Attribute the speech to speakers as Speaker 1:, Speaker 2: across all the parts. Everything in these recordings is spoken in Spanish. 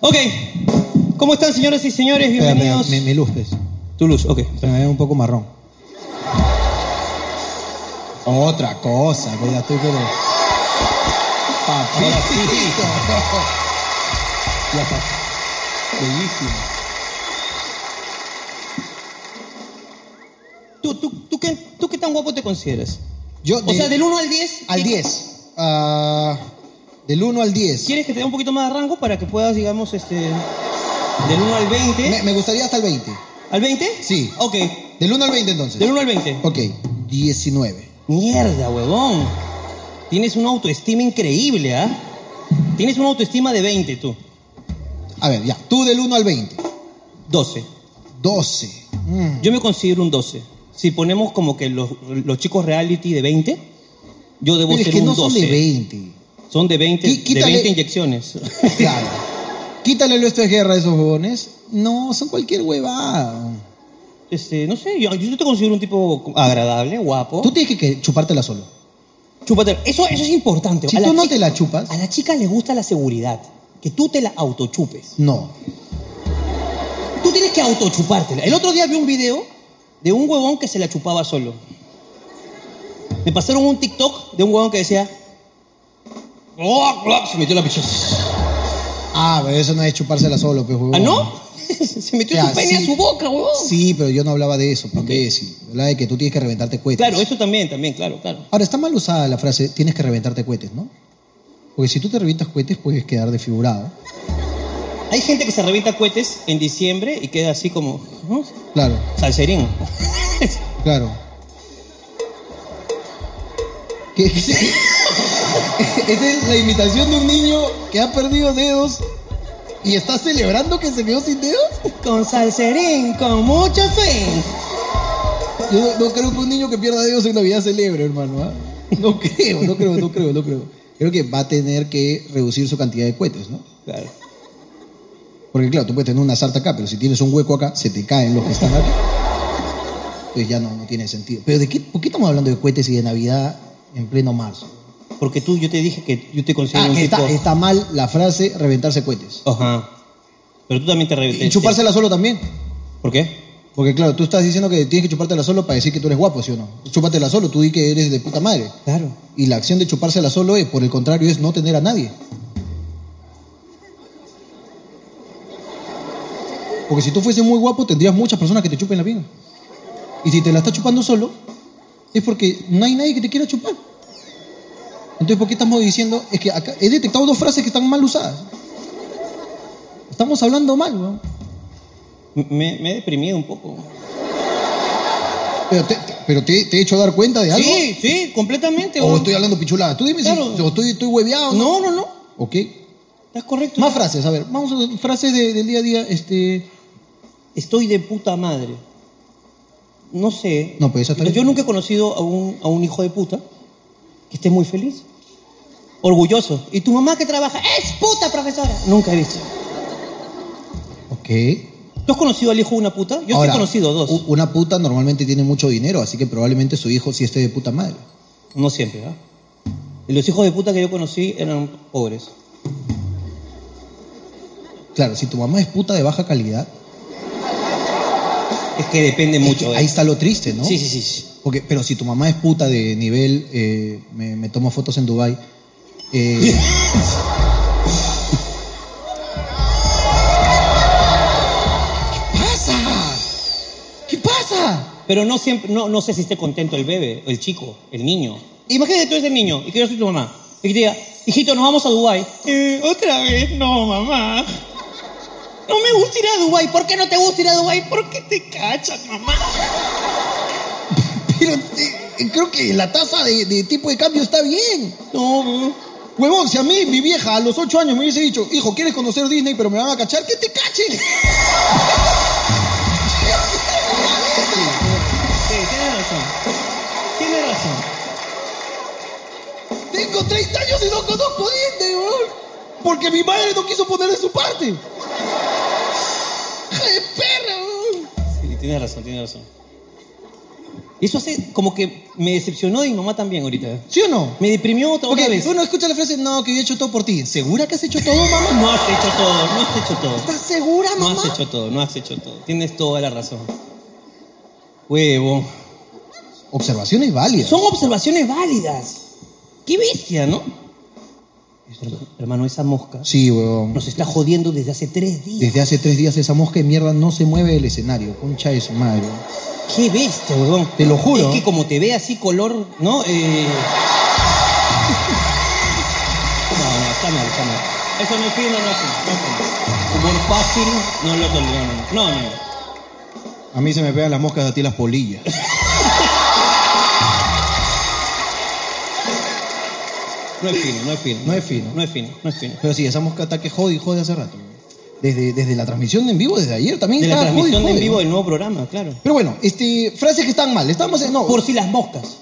Speaker 1: Ok. ¿Cómo están, señoras y señores? Bienvenidos.
Speaker 2: mi, mi luz, pues.
Speaker 1: Tu luz, ok.
Speaker 2: Se me ve un poco marrón. Otra cosa, que ya estoy pero... Papito. ya está. Bellísimo.
Speaker 1: ¿Tú, tú, tú, qué, tú qué tan guapo te consideras?
Speaker 2: Yo
Speaker 1: O
Speaker 2: de-
Speaker 1: sea, del 1 al 10.
Speaker 2: al
Speaker 1: ¿qué-
Speaker 2: 10. ah, del 1 al 10.
Speaker 1: ¿Quieres que te dé un poquito más de rango para que puedas, digamos, este. Del 1 al 20.
Speaker 2: Me, me gustaría hasta el 20.
Speaker 1: ¿Al 20?
Speaker 2: Sí.
Speaker 1: Ok.
Speaker 2: Del 1 al 20 entonces.
Speaker 1: Del 1 al 20.
Speaker 2: Ok, 19.
Speaker 1: Mierda, huevón. Tienes una autoestima increíble, ¿ah? Tienes una autoestima de 20, tú.
Speaker 2: A ver, ya. Tú del 1 al 20.
Speaker 1: 12.
Speaker 2: 12. Mm.
Speaker 1: Yo me considero un 12. Si ponemos como que los, los chicos reality de 20, yo debo
Speaker 2: Pero es
Speaker 1: ser
Speaker 2: que
Speaker 1: un
Speaker 2: no
Speaker 1: 12.
Speaker 2: son de 20.
Speaker 1: Son de 20,
Speaker 2: Qui-
Speaker 1: de
Speaker 2: quítale-
Speaker 1: 20 inyecciones.
Speaker 2: Claro. Quítale el esto de guerra a esos huevones. No, son cualquier huevada.
Speaker 1: Este, no sé, yo, yo te considero un tipo agradable, guapo.
Speaker 2: Tú tienes que, que chupártela solo.
Speaker 1: Chúpate. Eso, eso es importante.
Speaker 2: Si
Speaker 1: A la
Speaker 2: tú no
Speaker 1: chica-
Speaker 2: te la chupas,
Speaker 1: A la chica le gusta la seguridad. Que tú te la autochupes.
Speaker 2: no.
Speaker 1: Tú tienes que autochupártela. El otro día vi un video de un huevón que se la chupaba solo. Me pasaron un TikTok de un huevón que decía... "Glock, glock", se metió la pichosa.
Speaker 2: Ah, pero eso no es chupársela solo, pues, huevón.
Speaker 1: ¿Ah, no? se metió
Speaker 2: Ya,
Speaker 1: su pene
Speaker 2: sí.
Speaker 1: a su boca, huevón.
Speaker 2: Sí, pero yo no hablaba de eso,
Speaker 1: Ok.
Speaker 2: porque sí. Hablaba de que tú tienes que reventarte cohetes.
Speaker 1: Claro, eso también, también, claro, claro.
Speaker 2: Ahora, está mal usada la frase, tienes que reventarte cohetes, ¿no? Porque si tú te revientas cohetes, puedes quedar desfigurado.
Speaker 1: Hay gente que se revienta cohetes en diciembre y queda así como... ¿no?
Speaker 2: Claro,
Speaker 1: Salserín.
Speaker 2: claro. ¿Qué? Esa es la imitación de un niño que ha perdido dedos y está celebrando que se quedó sin dedos.
Speaker 1: con salserín, con mucho swing.
Speaker 2: Yo no, no creo que un niño que pierda dedos en Navidad celebre, hermano. ¿ah? No creo, no creo, no creo, no creo. Creo que va a tener que reducir su cantidad de cohetes, ¿no?
Speaker 1: Claro.
Speaker 2: Porque claro, tú puedes tener una sarta acá, pero si tienes un hueco acá, se te caen los que están aquí. Pues ya no, no tiene sentido. Pero ¿de qué, ¿por qué estamos hablando de cohetes y de Navidad en pleno marzo?
Speaker 1: Porque tú, yo te dije que yo te considero
Speaker 2: ah,
Speaker 1: un
Speaker 2: que
Speaker 1: tipo...
Speaker 2: está, está mal la frase reventarse cohetes.
Speaker 1: Ajá. Pero tú también te revientes.
Speaker 2: Y chupársela solo también.
Speaker 1: ¿Por qué?
Speaker 2: Porque claro, tú estás diciendo que tienes que chupártela solo para decir que tú eres guapo, ¿sí o no? Chúpatela solo, tú di que eres de puta madre.
Speaker 1: Claro.
Speaker 2: Y la acción de chupársela solo es, por el contrario, es no tener a nadie. Porque si tú fueses muy guapo, tendrías muchas personas que te chupen la pinga. Y si te la estás chupando solo, es porque no hay nadie que te quiera chupar. Entonces, ¿por qué estamos diciendo? Es que acá he detectado dos frases que están mal usadas. Estamos hablando mal, weón.
Speaker 1: Me, me he deprimido un poco.
Speaker 2: Pero, te, te- pero te, te he hecho dar cuenta de algo.
Speaker 1: Sí, sí, completamente.
Speaker 2: O
Speaker 1: weón.
Speaker 2: estoy hablando pichulada. Tú dime
Speaker 1: Claro.
Speaker 2: si o estoy, estoy hueveado.
Speaker 1: No, no, no.
Speaker 2: Ok.
Speaker 1: Estás correcto.
Speaker 2: Más frases, a ver, vamos a frases de- del día a día, este...
Speaker 1: Estoy de puta madre. No sé.
Speaker 2: No, pues, esa está bien.
Speaker 1: Yo nunca he conocido a un, a un hijo de puta que esté muy feliz. Orgulloso. Y tu mamá que trabaja es puta, profesora. Nunca he visto.
Speaker 2: Ok.
Speaker 1: ¿Tú has conocido al hijo de una puta? Yo sí he
Speaker 2: Ahora,
Speaker 1: conocido dos.
Speaker 2: u- Una puta normalmente tiene mucho dinero, así que probablemente su hijo sí esté de puta madre.
Speaker 1: No siempre, ¿ah? Y Los hijos de puta que yo conocí eran pobres.
Speaker 2: Claro, si tu mamá es puta de baja calidad,
Speaker 1: Es que depende mucho. de
Speaker 2: ahí está lo triste, ¿no?
Speaker 1: Sí, sí, sí, sí.
Speaker 2: Porque, pero si tu mamá es puta de nivel, eh, me, me tomo fotos en Dubai. eh, ¿Qué pasa? ¿Qué pasa?
Speaker 1: Pero no siempre, no, no sé si esté contento el bebé, el chico, el niño. Imagínate tú eres el niño y que yo soy tu mamá. Y que te diga, hijito, nos vamos a Dubái. Eh, otra vez, no, mamá. No me gusta ir a Dubái. ¿Por qué no te gusta ir a Dubái? Porque te cachan, mamá.
Speaker 2: Pero eh, creo que la tasa de, de tipo de cambio está bien.
Speaker 1: No, no.
Speaker 2: Huevón, si a mí, mi vieja, a los ocho años me hubiese dicho, hijo, ¿quieres conocer Disney pero me van a cachar? ¡Que te cachen!
Speaker 1: Sí, tienes razón. Tienes razón.
Speaker 2: Tengo 30 años y no conozco Disney, huevón. Porque mi madre no quiso poner de su parte. ¡Hija de perra, huevón!
Speaker 1: Sí, tienes razón, tienes razón. Y eso hace como que me decepcionó y mi mamá también ahorita.
Speaker 2: ¿Sí o no?
Speaker 1: Me deprimió otra, otra
Speaker 2: Porque
Speaker 1: vez.
Speaker 2: uno escucha la frase, no, que yo he hecho todo por ti. ¿Segura que has hecho todo, mamá?
Speaker 1: No has hecho todo, no has hecho todo.
Speaker 2: ¿Estás segura,
Speaker 1: No
Speaker 2: mamá?
Speaker 1: has hecho todo, no has hecho todo. Tienes toda la razón. Huevo.
Speaker 2: Observaciones válidas.
Speaker 1: Son observaciones válidas. Qué bestia, ¿no? Hermano, esa mosca
Speaker 2: Sí, weón.
Speaker 1: nos está jodiendo desde hace tres días.
Speaker 2: Desde hace tres días esa mosca de mierda no se mueve del escenario. Concha de su madre.
Speaker 1: Qué bestia, huevón.
Speaker 2: Te lo juro.
Speaker 1: Es que como te ve así color, ¿no? Eh... No, no, está mal, está mal. Eso no es fino, no es fino, no es fino. Humor fácil, no lo toleramos. No, no, no.
Speaker 2: A mí se me pegan las moscas, a ti las polillas.
Speaker 1: No es fino, no es fino.
Speaker 2: No es fino.
Speaker 1: No es fino, no es fino.
Speaker 2: Pero sí, esa mosca está que jode y jode hace rato. Desde, desde la transmisión de en vivo, desde ayer también
Speaker 1: De la
Speaker 2: estaba jode y
Speaker 1: transmisión de en
Speaker 2: jode.
Speaker 1: vivo del nuevo programa, claro.
Speaker 2: Pero bueno, este, frases que están mal. Estamos en- no,
Speaker 1: Por si las moscas.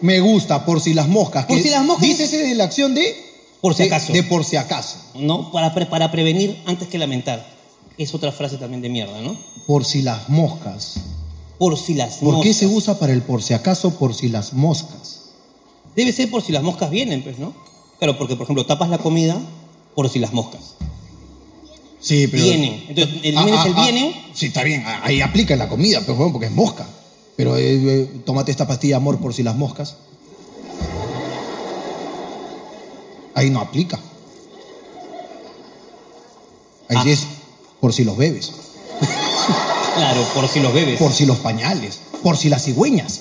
Speaker 2: me gusta, por si las moscas.
Speaker 1: Por
Speaker 2: que
Speaker 1: si las moscas.
Speaker 2: Dícese de la acción de...
Speaker 1: Por si
Speaker 2: de-
Speaker 1: acaso.
Speaker 2: De por si acaso.
Speaker 1: ¿no? Para, pre- para prevenir antes que lamentar. Es otra frase también de mierda, ¿no?
Speaker 2: Por si las moscas.
Speaker 1: Por si las
Speaker 2: ¿Por qué
Speaker 1: moscas.
Speaker 2: se usa para el por si acaso, por si las moscas?
Speaker 1: Debe ser por si las moscas vienen, pues, ¿no? Claro, porque, por ejemplo, tapas la comida por si las moscas.
Speaker 2: Sí,
Speaker 1: Vienen. Entonces, el
Speaker 2: Ah,
Speaker 1: viene es
Speaker 2: ah,
Speaker 1: el
Speaker 2: ah.
Speaker 1: viene.
Speaker 2: sí, está bien. Ah, Ahí aplica la comida, pero bueno, porque es mosca. Pero eh, eh, tómate esta pastilla, amor, por si las moscas. Ahí no aplica. Ahí
Speaker 1: Ah.
Speaker 2: sí es por si los bebes,
Speaker 1: Claro, por si los bebes.
Speaker 2: por
Speaker 1: Por,
Speaker 2: si los pañales, por si las cigüeñas.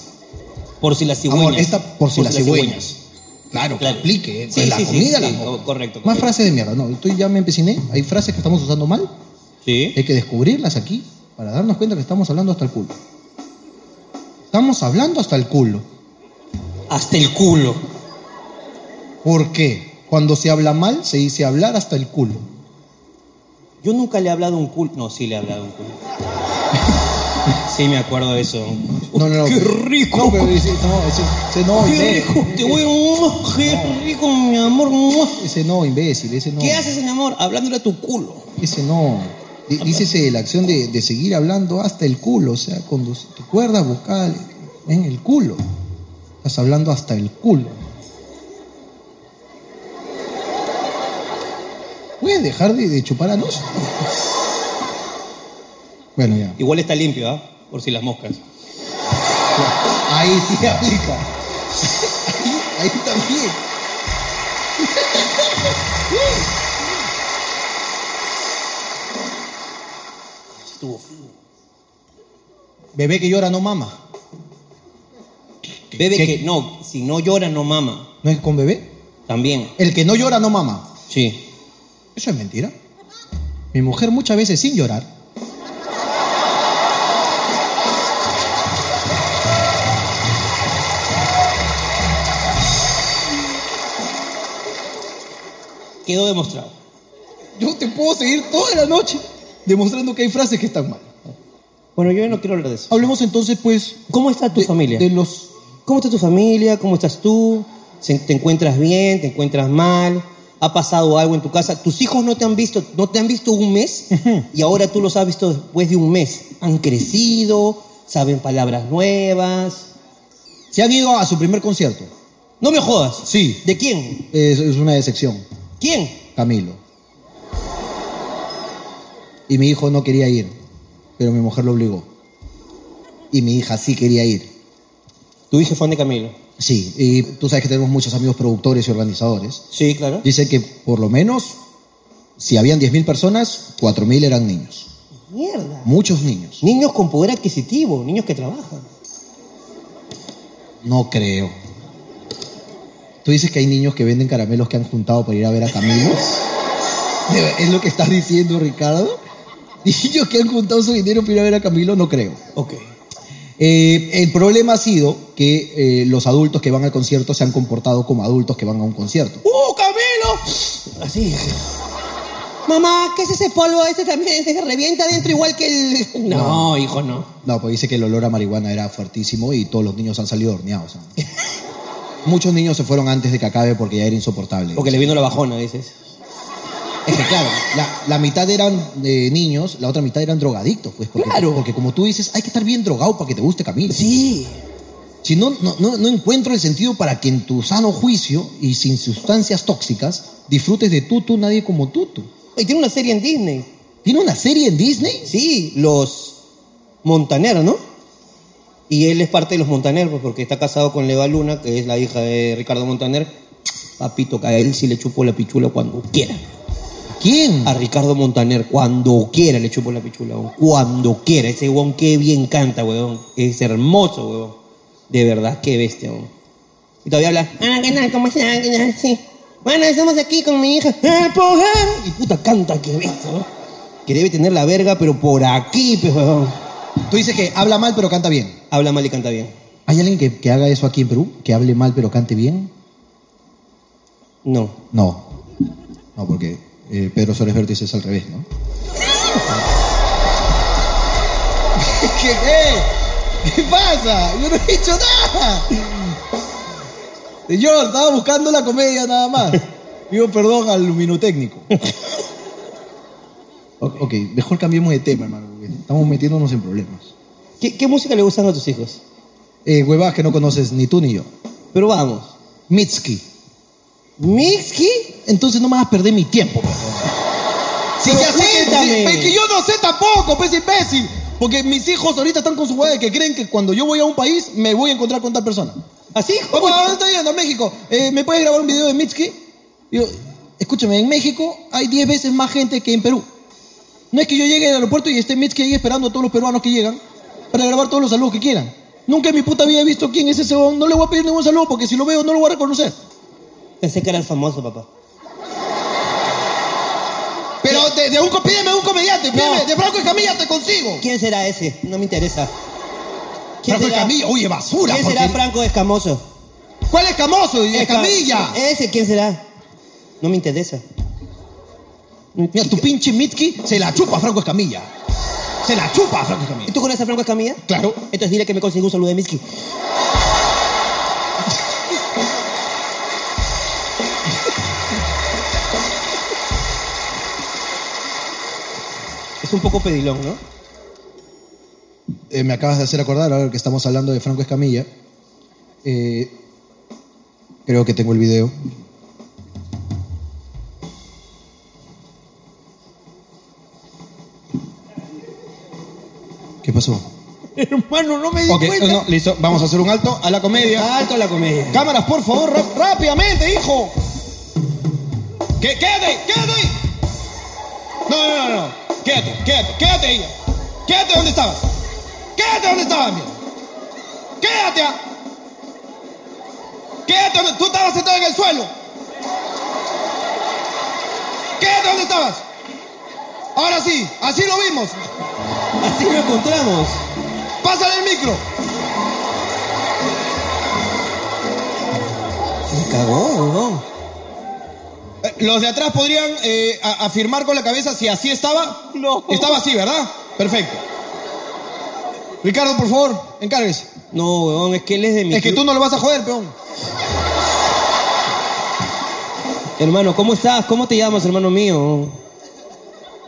Speaker 1: si las cigüeñas.
Speaker 2: Amor, esta por si las cigüeñas. Claro, que
Speaker 1: Claro.
Speaker 2: aplique. eh,
Speaker 1: Sí,
Speaker 2: pues, la
Speaker 1: sí, sí,
Speaker 2: comida,
Speaker 1: sí,
Speaker 2: las
Speaker 1: sí,
Speaker 2: moscas.
Speaker 1: co- correcto,
Speaker 2: Más
Speaker 1: correcto.
Speaker 2: frases de mierda. No, estoy, ya me empeciné. Hay frases que estamos usando mal.
Speaker 1: Sí.
Speaker 2: Hay que descubrirlas aquí para darnos cuenta que estamos hablando hasta el culo. Estamos hablando hasta el culo.
Speaker 1: Hasta el culo.
Speaker 2: ¿Por qué? Cuando se habla mal, se dice hablar hasta el culo.
Speaker 1: Yo nunca le he hablado un culo. No, sí le he hablado un culo. sí, me acuerdo de eso.
Speaker 2: No, no, no.
Speaker 1: ¡Qué
Speaker 2: pero-
Speaker 1: rico!
Speaker 2: No, pero dice, no, ese, ese no,
Speaker 1: ¡Qué
Speaker 2: imbécil.
Speaker 1: rico! Te voy a... ¡Qué rico, mi amor!
Speaker 2: Ese no, imbécil, ese no.
Speaker 1: ¿Qué haces, mi amor? Hablándole a tu culo.
Speaker 2: Ese no. Dí- Dícese la acción de, de seguir hablando hasta el culo, o sea, cuando tu cuerda vocal en el culo. Estás hablando hasta el culo. ¿Puedes dejar de, de chupar a luz? Bueno, ya.
Speaker 1: Igual está limpio, ¿ah? Por si las moscas.
Speaker 2: Ahí sí aplica. Ahí, ahí también.
Speaker 1: Estuvo fino.
Speaker 2: Bebé que llora no mama.
Speaker 1: Bebe
Speaker 2: qué-
Speaker 1: que no, si no llora no mama.
Speaker 2: ¿No es con bebé?
Speaker 1: También.
Speaker 2: El que no llora no mama.
Speaker 1: Sí.
Speaker 2: Eso es mentira. Mi mujer muchas veces sin llorar.
Speaker 1: Quedó demostrado.
Speaker 2: Yo te puedo seguir toda la noche demostrando que hay frases que están mal.
Speaker 1: Bueno, yo ya no quiero hablar de eso.
Speaker 2: Hablemos entonces, pues,
Speaker 1: ¿Cómo está tu
Speaker 2: de,
Speaker 1: familia?
Speaker 2: de los...
Speaker 1: ¿Cómo está tu familia? ¿Cómo estás tú? ¿Se- ¿Te encuentras bien? ¿Te encuentras mal? ¿Ha pasado algo en tu casa? ¿Tus hijos no te han visto? ¿No te han visto un mes? Y ahora tú los has visto después de un mes. ¿Han crecido? ¿Saben palabras nuevas?
Speaker 2: Se han ido a su primer concierto.
Speaker 1: No me jodas.
Speaker 2: Sí.
Speaker 1: ¿De quién?
Speaker 2: Es, es una decepción,
Speaker 1: ¿Quién?
Speaker 2: Camilo. Y mi hijo no quería ir, pero mi mujer lo obligó. Y mi hija sí quería ir.
Speaker 1: Tu hija es fan de Camilo.
Speaker 2: Sí, y tú sabes que tenemos muchos amigos productores y organizadores.
Speaker 1: Sí, claro.
Speaker 2: Dicen que por lo menos, si habían 10.000 personas, 4.000 eran niños.
Speaker 1: Mierda.
Speaker 2: Muchos niños.
Speaker 1: Niños con poder adquisitivo, niños que trabajan.
Speaker 2: No creo. ¿Tú dices que hay niños que venden caramelos que han juntado para ir a ver a Camilo? ¿De ver- ¿Es lo que estás diciendo, Ricardo? Niños que han juntado su dinero para ir a ver a Camilo, no creo.
Speaker 1: Ok.
Speaker 2: Eh, el problema ha sido que eh, los adultos que van al concierto se han comportado como adultos que van a un concierto.
Speaker 1: ¡Uh, Camilo! Así. Mamá, ¿qué es ese polvo? Ese también se revienta adentro igual que el... No, hijo, no.
Speaker 2: No, pues dice que el olor a marihuana era fuertísimo y todos los niños han salido horneados. ¿no? Muchos niños se fueron antes de que acabe porque ya era insoportable.
Speaker 1: Porque le vino la bajona, dices.
Speaker 2: Es que claro, la, la mitad eran de niños, la otra mitad eran drogadictos, pues. Porque,
Speaker 1: Claro.
Speaker 2: Porque como tú dices, hay que estar bien drogado para que te guste Camila.
Speaker 1: Sí.
Speaker 2: Si no, no, no, no encuentro el sentido para que en tu sano juicio y sin sustancias tóxicas disfrutes de tutu nadie como tutu.
Speaker 1: Y tiene una serie en Disney.
Speaker 2: ¿Tiene una serie en Disney?
Speaker 1: Sí, los montaneros, ¿no? Y él es parte de los montaneros pues, porque está casado con Leva Luna, que es la hija de Ricardo Montaner. Papito, que a él sí le chupo la pichula cuando quiera.
Speaker 2: ¿Quién?
Speaker 1: A Ricardo Montaner, cuando quiera le chupo la pichula, weón. Cuando quiera. Ese weón qué bien canta, weón. Es hermoso, weón. De verdad, qué bestia, weón. Y todavía habla. "Ah, ¿qué tal? ¿Cómo están? ¿Qué tal? Sí. Bueno, estamos aquí con mi hija. ¡Eh, po, eh". Y puta canta, qué bestia, weón. Que debe tener la verga, pero por aquí, pues, weón.
Speaker 2: Tú dices que habla mal pero canta bien.
Speaker 1: Habla mal y canta bien.
Speaker 2: ¿Hay alguien que, que haga eso aquí en Perú? ¿Que hable mal pero cante bien?
Speaker 1: No.
Speaker 2: No. No, porque eh, Pedro Suárez Vértiz es al revés, ¿no? ¿Qué, eh? qué? ¿Qué pasa? Yo no he hecho nada. Señor, estaba buscando la comedia nada más. Digo perdón al luminotécnico. Ok, ok, mejor cambiemos de tema, hermano. porque Estamos metiéndonos en problemas.
Speaker 1: ¿Qué, qué música le gustan a tus hijos?
Speaker 2: Eh, huevas que no conoces ni tú ni yo.
Speaker 1: Pero vamos.
Speaker 2: Mitski.
Speaker 1: ¿Mixki?
Speaker 2: Entonces no me vas a perder mi tiempo. por favor. Si
Speaker 1: Pero
Speaker 2: ya sé que,
Speaker 1: cuéntame.
Speaker 2: si- es que yo no sé tampoco, pues imbécil. Porque mis hijos ahorita están con su hueá de que creen que cuando yo voy a un país me voy a encontrar con tal persona.
Speaker 1: ¿Así?
Speaker 2: Vamos, ¿a dónde estoy yendo? ¿A México? Eh, ¿Me puedes grabar un video de Mitski? Digo, escúchame, en México hay 10 veces más gente que en Perú. No es que yo llegue al aeropuerto y esté Mitski ahí esperando a todos los peruanos que llegan para grabar todos los saludos que quieran. Nunca en mi puta vida he visto quién es ese huevón. No le voy a pedir ningún saludo porque si lo veo no lo voy a reconocer.
Speaker 1: Pensé que era el famoso, papá.
Speaker 2: Pero de, de un, co- pídeme un comediante, pídeme, de Franco Escamilla te consigo.
Speaker 1: ¿Quién será ese? No me interesa.
Speaker 2: Franco Escamilla, oye, basura.
Speaker 1: ¿Quién
Speaker 2: porque-
Speaker 1: será Franco Escamoso?
Speaker 2: ¿Cuál Escamoso? Escamilla.
Speaker 1: ¿Ese quién será? No me interesa.
Speaker 2: Mira, tu pinche Mitki se la chupa a Franco Escamilla. Se la chupa a Franco Escamilla.
Speaker 1: ¿Y tú conoces a Franco Escamilla?
Speaker 2: Claro.
Speaker 1: Entonces dile que me consigue un saludo de Miski. Es un poco pedilón, ¿no?
Speaker 2: Eh, me acabas de hacer acordar ahora que estamos hablando de Franco Escamilla. Eh, creo que tengo el video. ¿Qué pasó?
Speaker 1: Hermano, no me di
Speaker 2: Ok, no, listo. Vamos a hacer un alto a la comedia.
Speaker 1: Alto la comedia.
Speaker 2: Eh, Cámaras, por favor, rap- rápidamente, hijo. Que quede, quede. ahí. No, no, no, no. Quédate, quédate, quédate ahí. Quédate donde estabas. Quédate donde estabas, mierda. Quédate. ah. Quédate donde tú estabas sentado en el suelo. Quédate donde estabas. Ahora sí, así lo vimos.
Speaker 1: Así lo encontramos.
Speaker 2: Pásale el micro.
Speaker 1: Me cagó, ¿no?
Speaker 2: Eh, Los de atrás podrían eh, a- afirmar con la cabeza si así estaba.
Speaker 1: No.
Speaker 2: Estaba así, ¿verdad? Perfecto. Ricardo, por favor, encárguese.
Speaker 1: No, weón, es que él es de mi
Speaker 2: Es que tú no lo vas a joder, peón.
Speaker 1: Hermano, ¿cómo estás? ¿Cómo te llamas, hermano mío?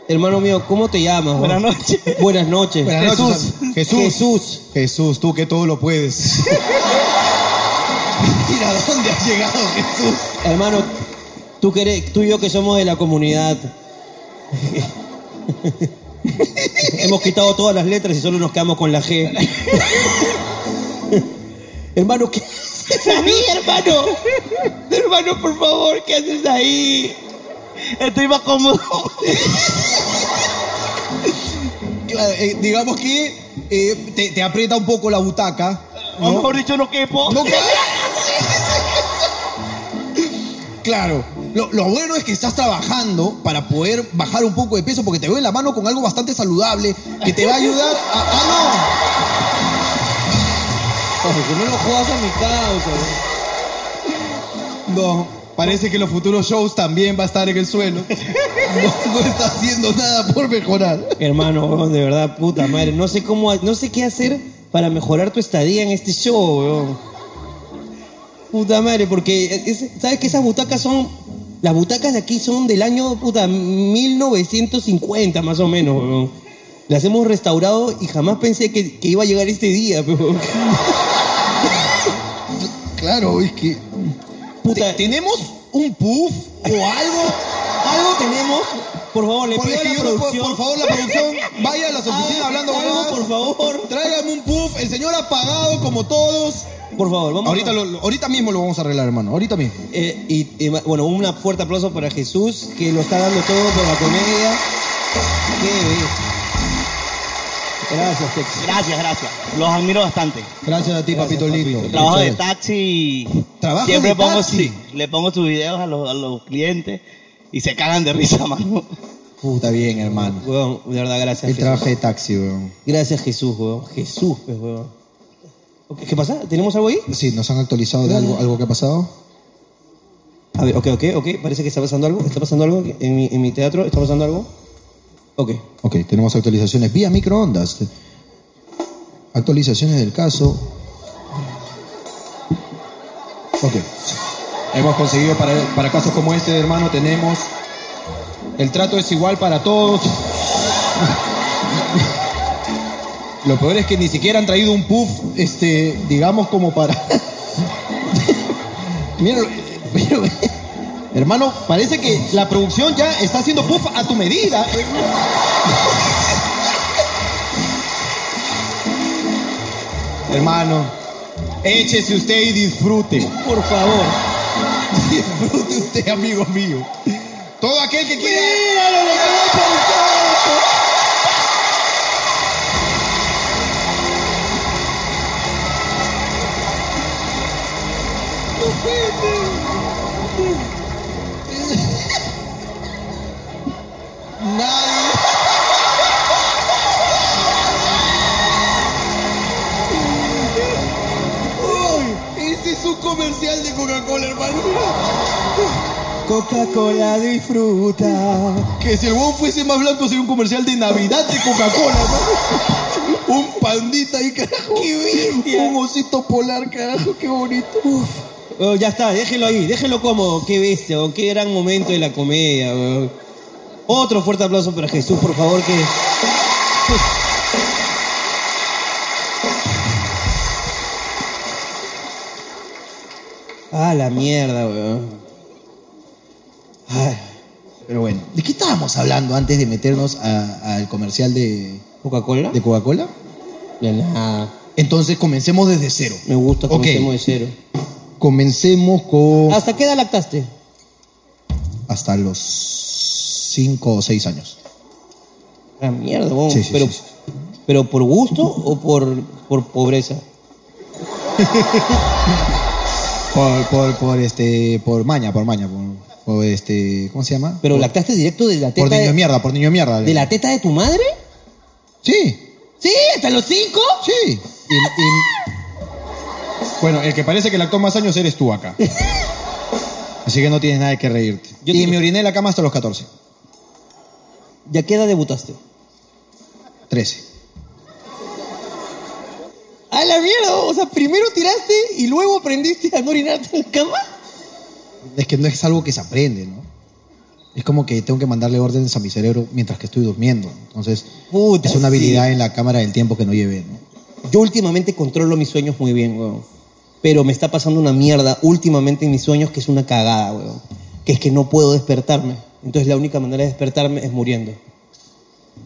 Speaker 1: Hermano mío, ¿cómo te llamas?
Speaker 3: Buenas
Speaker 1: weón?
Speaker 3: noches.
Speaker 1: Buenas noches.
Speaker 2: Buenas noches, Jesús.
Speaker 1: Jesús. Jesús.
Speaker 2: Jesús, tú que todo lo puedes. Mira dónde has llegado, Jesús.
Speaker 1: Hermano, tú, que eres- tú y yo que somos de la comunidad. Hemos quitado todas las letras y solo nos quedamos con la G. hermano, ¿qué haces ahí, hermano? Hermano, por favor, ¿qué haces ahí?
Speaker 3: Estoy más cómodo.
Speaker 2: Claro, eh, digamos que eh, te, te aprieta un poco la butaca.
Speaker 3: O mejor dicho, no quepo.
Speaker 2: No, claro. Claro. Lo, lo bueno es que estás trabajando para poder bajar un poco de peso porque te veo en la mano con algo bastante saludable que te va a ayudar a... ¡Ah,
Speaker 1: Porque no lo jodas a mi causa. weón.
Speaker 3: ¿eh?
Speaker 2: no! No, parece que los futuros shows también va a estar en el suelo. No, no está haciendo nada por mejorar.
Speaker 1: Hermano, weón, de verdad, puta madre. No sé cómo, no sé qué hacer para mejorar tu estadía en este show, weón. Puta madre, porque es- ¿sabes que esas butacas son Las butacas de aquí son del año, puta, 1950 más o menos, weón. Las hemos restaurado y jamás pensé que, que iba a llegar este día, weón.
Speaker 2: Claro, es que.
Speaker 1: Puta,
Speaker 2: ¿Tenemos un puff o algo?
Speaker 1: algo tenemos. Por favor, le
Speaker 2: Porque
Speaker 1: pido a
Speaker 2: es que
Speaker 1: la
Speaker 2: yo no puedo-
Speaker 1: producción.
Speaker 2: por favor, la producción, vaya a las oficinas
Speaker 1: haga
Speaker 2: hablando
Speaker 1: algo,
Speaker 2: huevadas.
Speaker 1: por favor.
Speaker 2: Tráigame un puff, el señor ha pagado como todos.
Speaker 1: Por favor, vamos.
Speaker 2: Ahorita,
Speaker 1: a-
Speaker 2: lo- lo- ahorita mismo lo vamos a arreglar, hermano. Ahorita mismo.
Speaker 1: Eh, y, y, bueno, un fuerte aplauso para Jesús, que lo está dando todo por la comedia. Qué belleza. Gracias, Tex.
Speaker 3: Gracias, gracias. Los admiro bastante.
Speaker 2: Gracias a ti, papito lindo.
Speaker 3: Trabajo
Speaker 2: Muchas
Speaker 3: de
Speaker 2: gracias.
Speaker 3: taxi.
Speaker 2: Trabajo
Speaker 3: Siempre
Speaker 2: de
Speaker 3: pongo,
Speaker 2: taxi.
Speaker 3: sí, le pongo sus videos a los, a los clientes y se cagan de risa, mano.
Speaker 2: Puta bien, hermano.
Speaker 1: Weón, de verdad, gracias.
Speaker 2: El
Speaker 1: Jesús.
Speaker 2: trabajo de taxi, weón.
Speaker 1: Gracias, Jesús, weón. Jesús, pues, weón. Ok, ¿Qué pasa? ¿Tenemos algo ahí?
Speaker 2: Sí, nos han actualizado de algo, algo que ha pasado.
Speaker 1: A ver, ok, ok, ok. Parece que está pasando algo. ¿Está pasando algo en mi, en mi teatro? ¿Está pasando algo? Ok.
Speaker 2: Ok, tenemos actualizaciones vía microondas. Actualizaciones del caso. Ok. Hemos conseguido para, para casos como este, hermano, tenemos. El trato es igual para todos. Lo peor es que ni siquiera han traído un puff, este, digamos, como para. Mira, mira, hermano, parece que la producción ya está haciendo puff a tu medida. Hermano, échese usted y disfrute.
Speaker 1: Por favor.
Speaker 2: Disfrute usted, amigo mío. Todo aquel que quiera. Nadie. ¡Uy! Ese es un comercial de Coca-Cola, hermano.
Speaker 1: Coca-Cola disfruta.
Speaker 2: Que si el huevo fuese más blanco sería un comercial de Navidad de Coca-Cola, hermano. Un pandita ahí, carajo. Un osito polar, carajo, qué bonito.
Speaker 1: Oh, ya está, déjelo ahí, déjelo como, qué bestia, oh, qué gran momento de la comedia. oh. Otro fuerte aplauso para Jesús, por favor, que... Ah, la mierda, weón. Ay,
Speaker 2: Pero bueno, ¿de qué estábamos hablando antes de meternos a- al comercial de,
Speaker 1: ¿Coca-Cola?
Speaker 2: de Coca-Cola?
Speaker 1: De nada.
Speaker 2: Entonces comencemos desde cero.
Speaker 1: Me gusta que
Speaker 2: Ok.
Speaker 1: comencemos de cero.
Speaker 2: Comencemos con
Speaker 1: ¿Hasta qué edad lactaste?
Speaker 2: hasta los cinco o seis años.
Speaker 1: La mierda, weón.
Speaker 2: Sí, sí,
Speaker 1: pero,
Speaker 2: sí,
Speaker 1: ¿Pero por gusto o por, por pobreza?
Speaker 2: Por, por, por este, por maña, por maña, por, por este, ¿cómo se llama?
Speaker 1: ¿Pero lactaste directo de la teta
Speaker 2: por niño de
Speaker 1: de-
Speaker 2: mierda, por niño de mierda.
Speaker 1: ¿De la teta de tu madre?
Speaker 2: Sí,
Speaker 1: Sí, hasta los cinco.
Speaker 2: sí. Y- y- Bueno, el que parece que lactó más años eres tú acá. Así que no tienes nada que reírte.
Speaker 1: Yo
Speaker 2: y
Speaker 1: te-
Speaker 2: me oriné en la cama hasta los 14,
Speaker 1: ¿Ya a qué edad debutaste?
Speaker 2: 13.
Speaker 1: A la mierda, o sea, primero tiraste y luego aprendiste a no orinarte en la cama.
Speaker 2: Es que no es algo que se aprende, ¿no? Es como que tengo que mandarle órdenes a mi cerebro mientras que estoy durmiendo. Entonces,
Speaker 1: Puta,
Speaker 2: es una
Speaker 1: sí.
Speaker 2: habilidad en la cámara del tiempo que no llevé, ¿no?
Speaker 1: Yo últimamente controlo mis sueños muy bien, weón. Pero me está pasando una mierda últimamente en mis sueños que es una cagada, weón. Que es que no puedo despertarme. Entonces la única manera de despertarme es muriendo.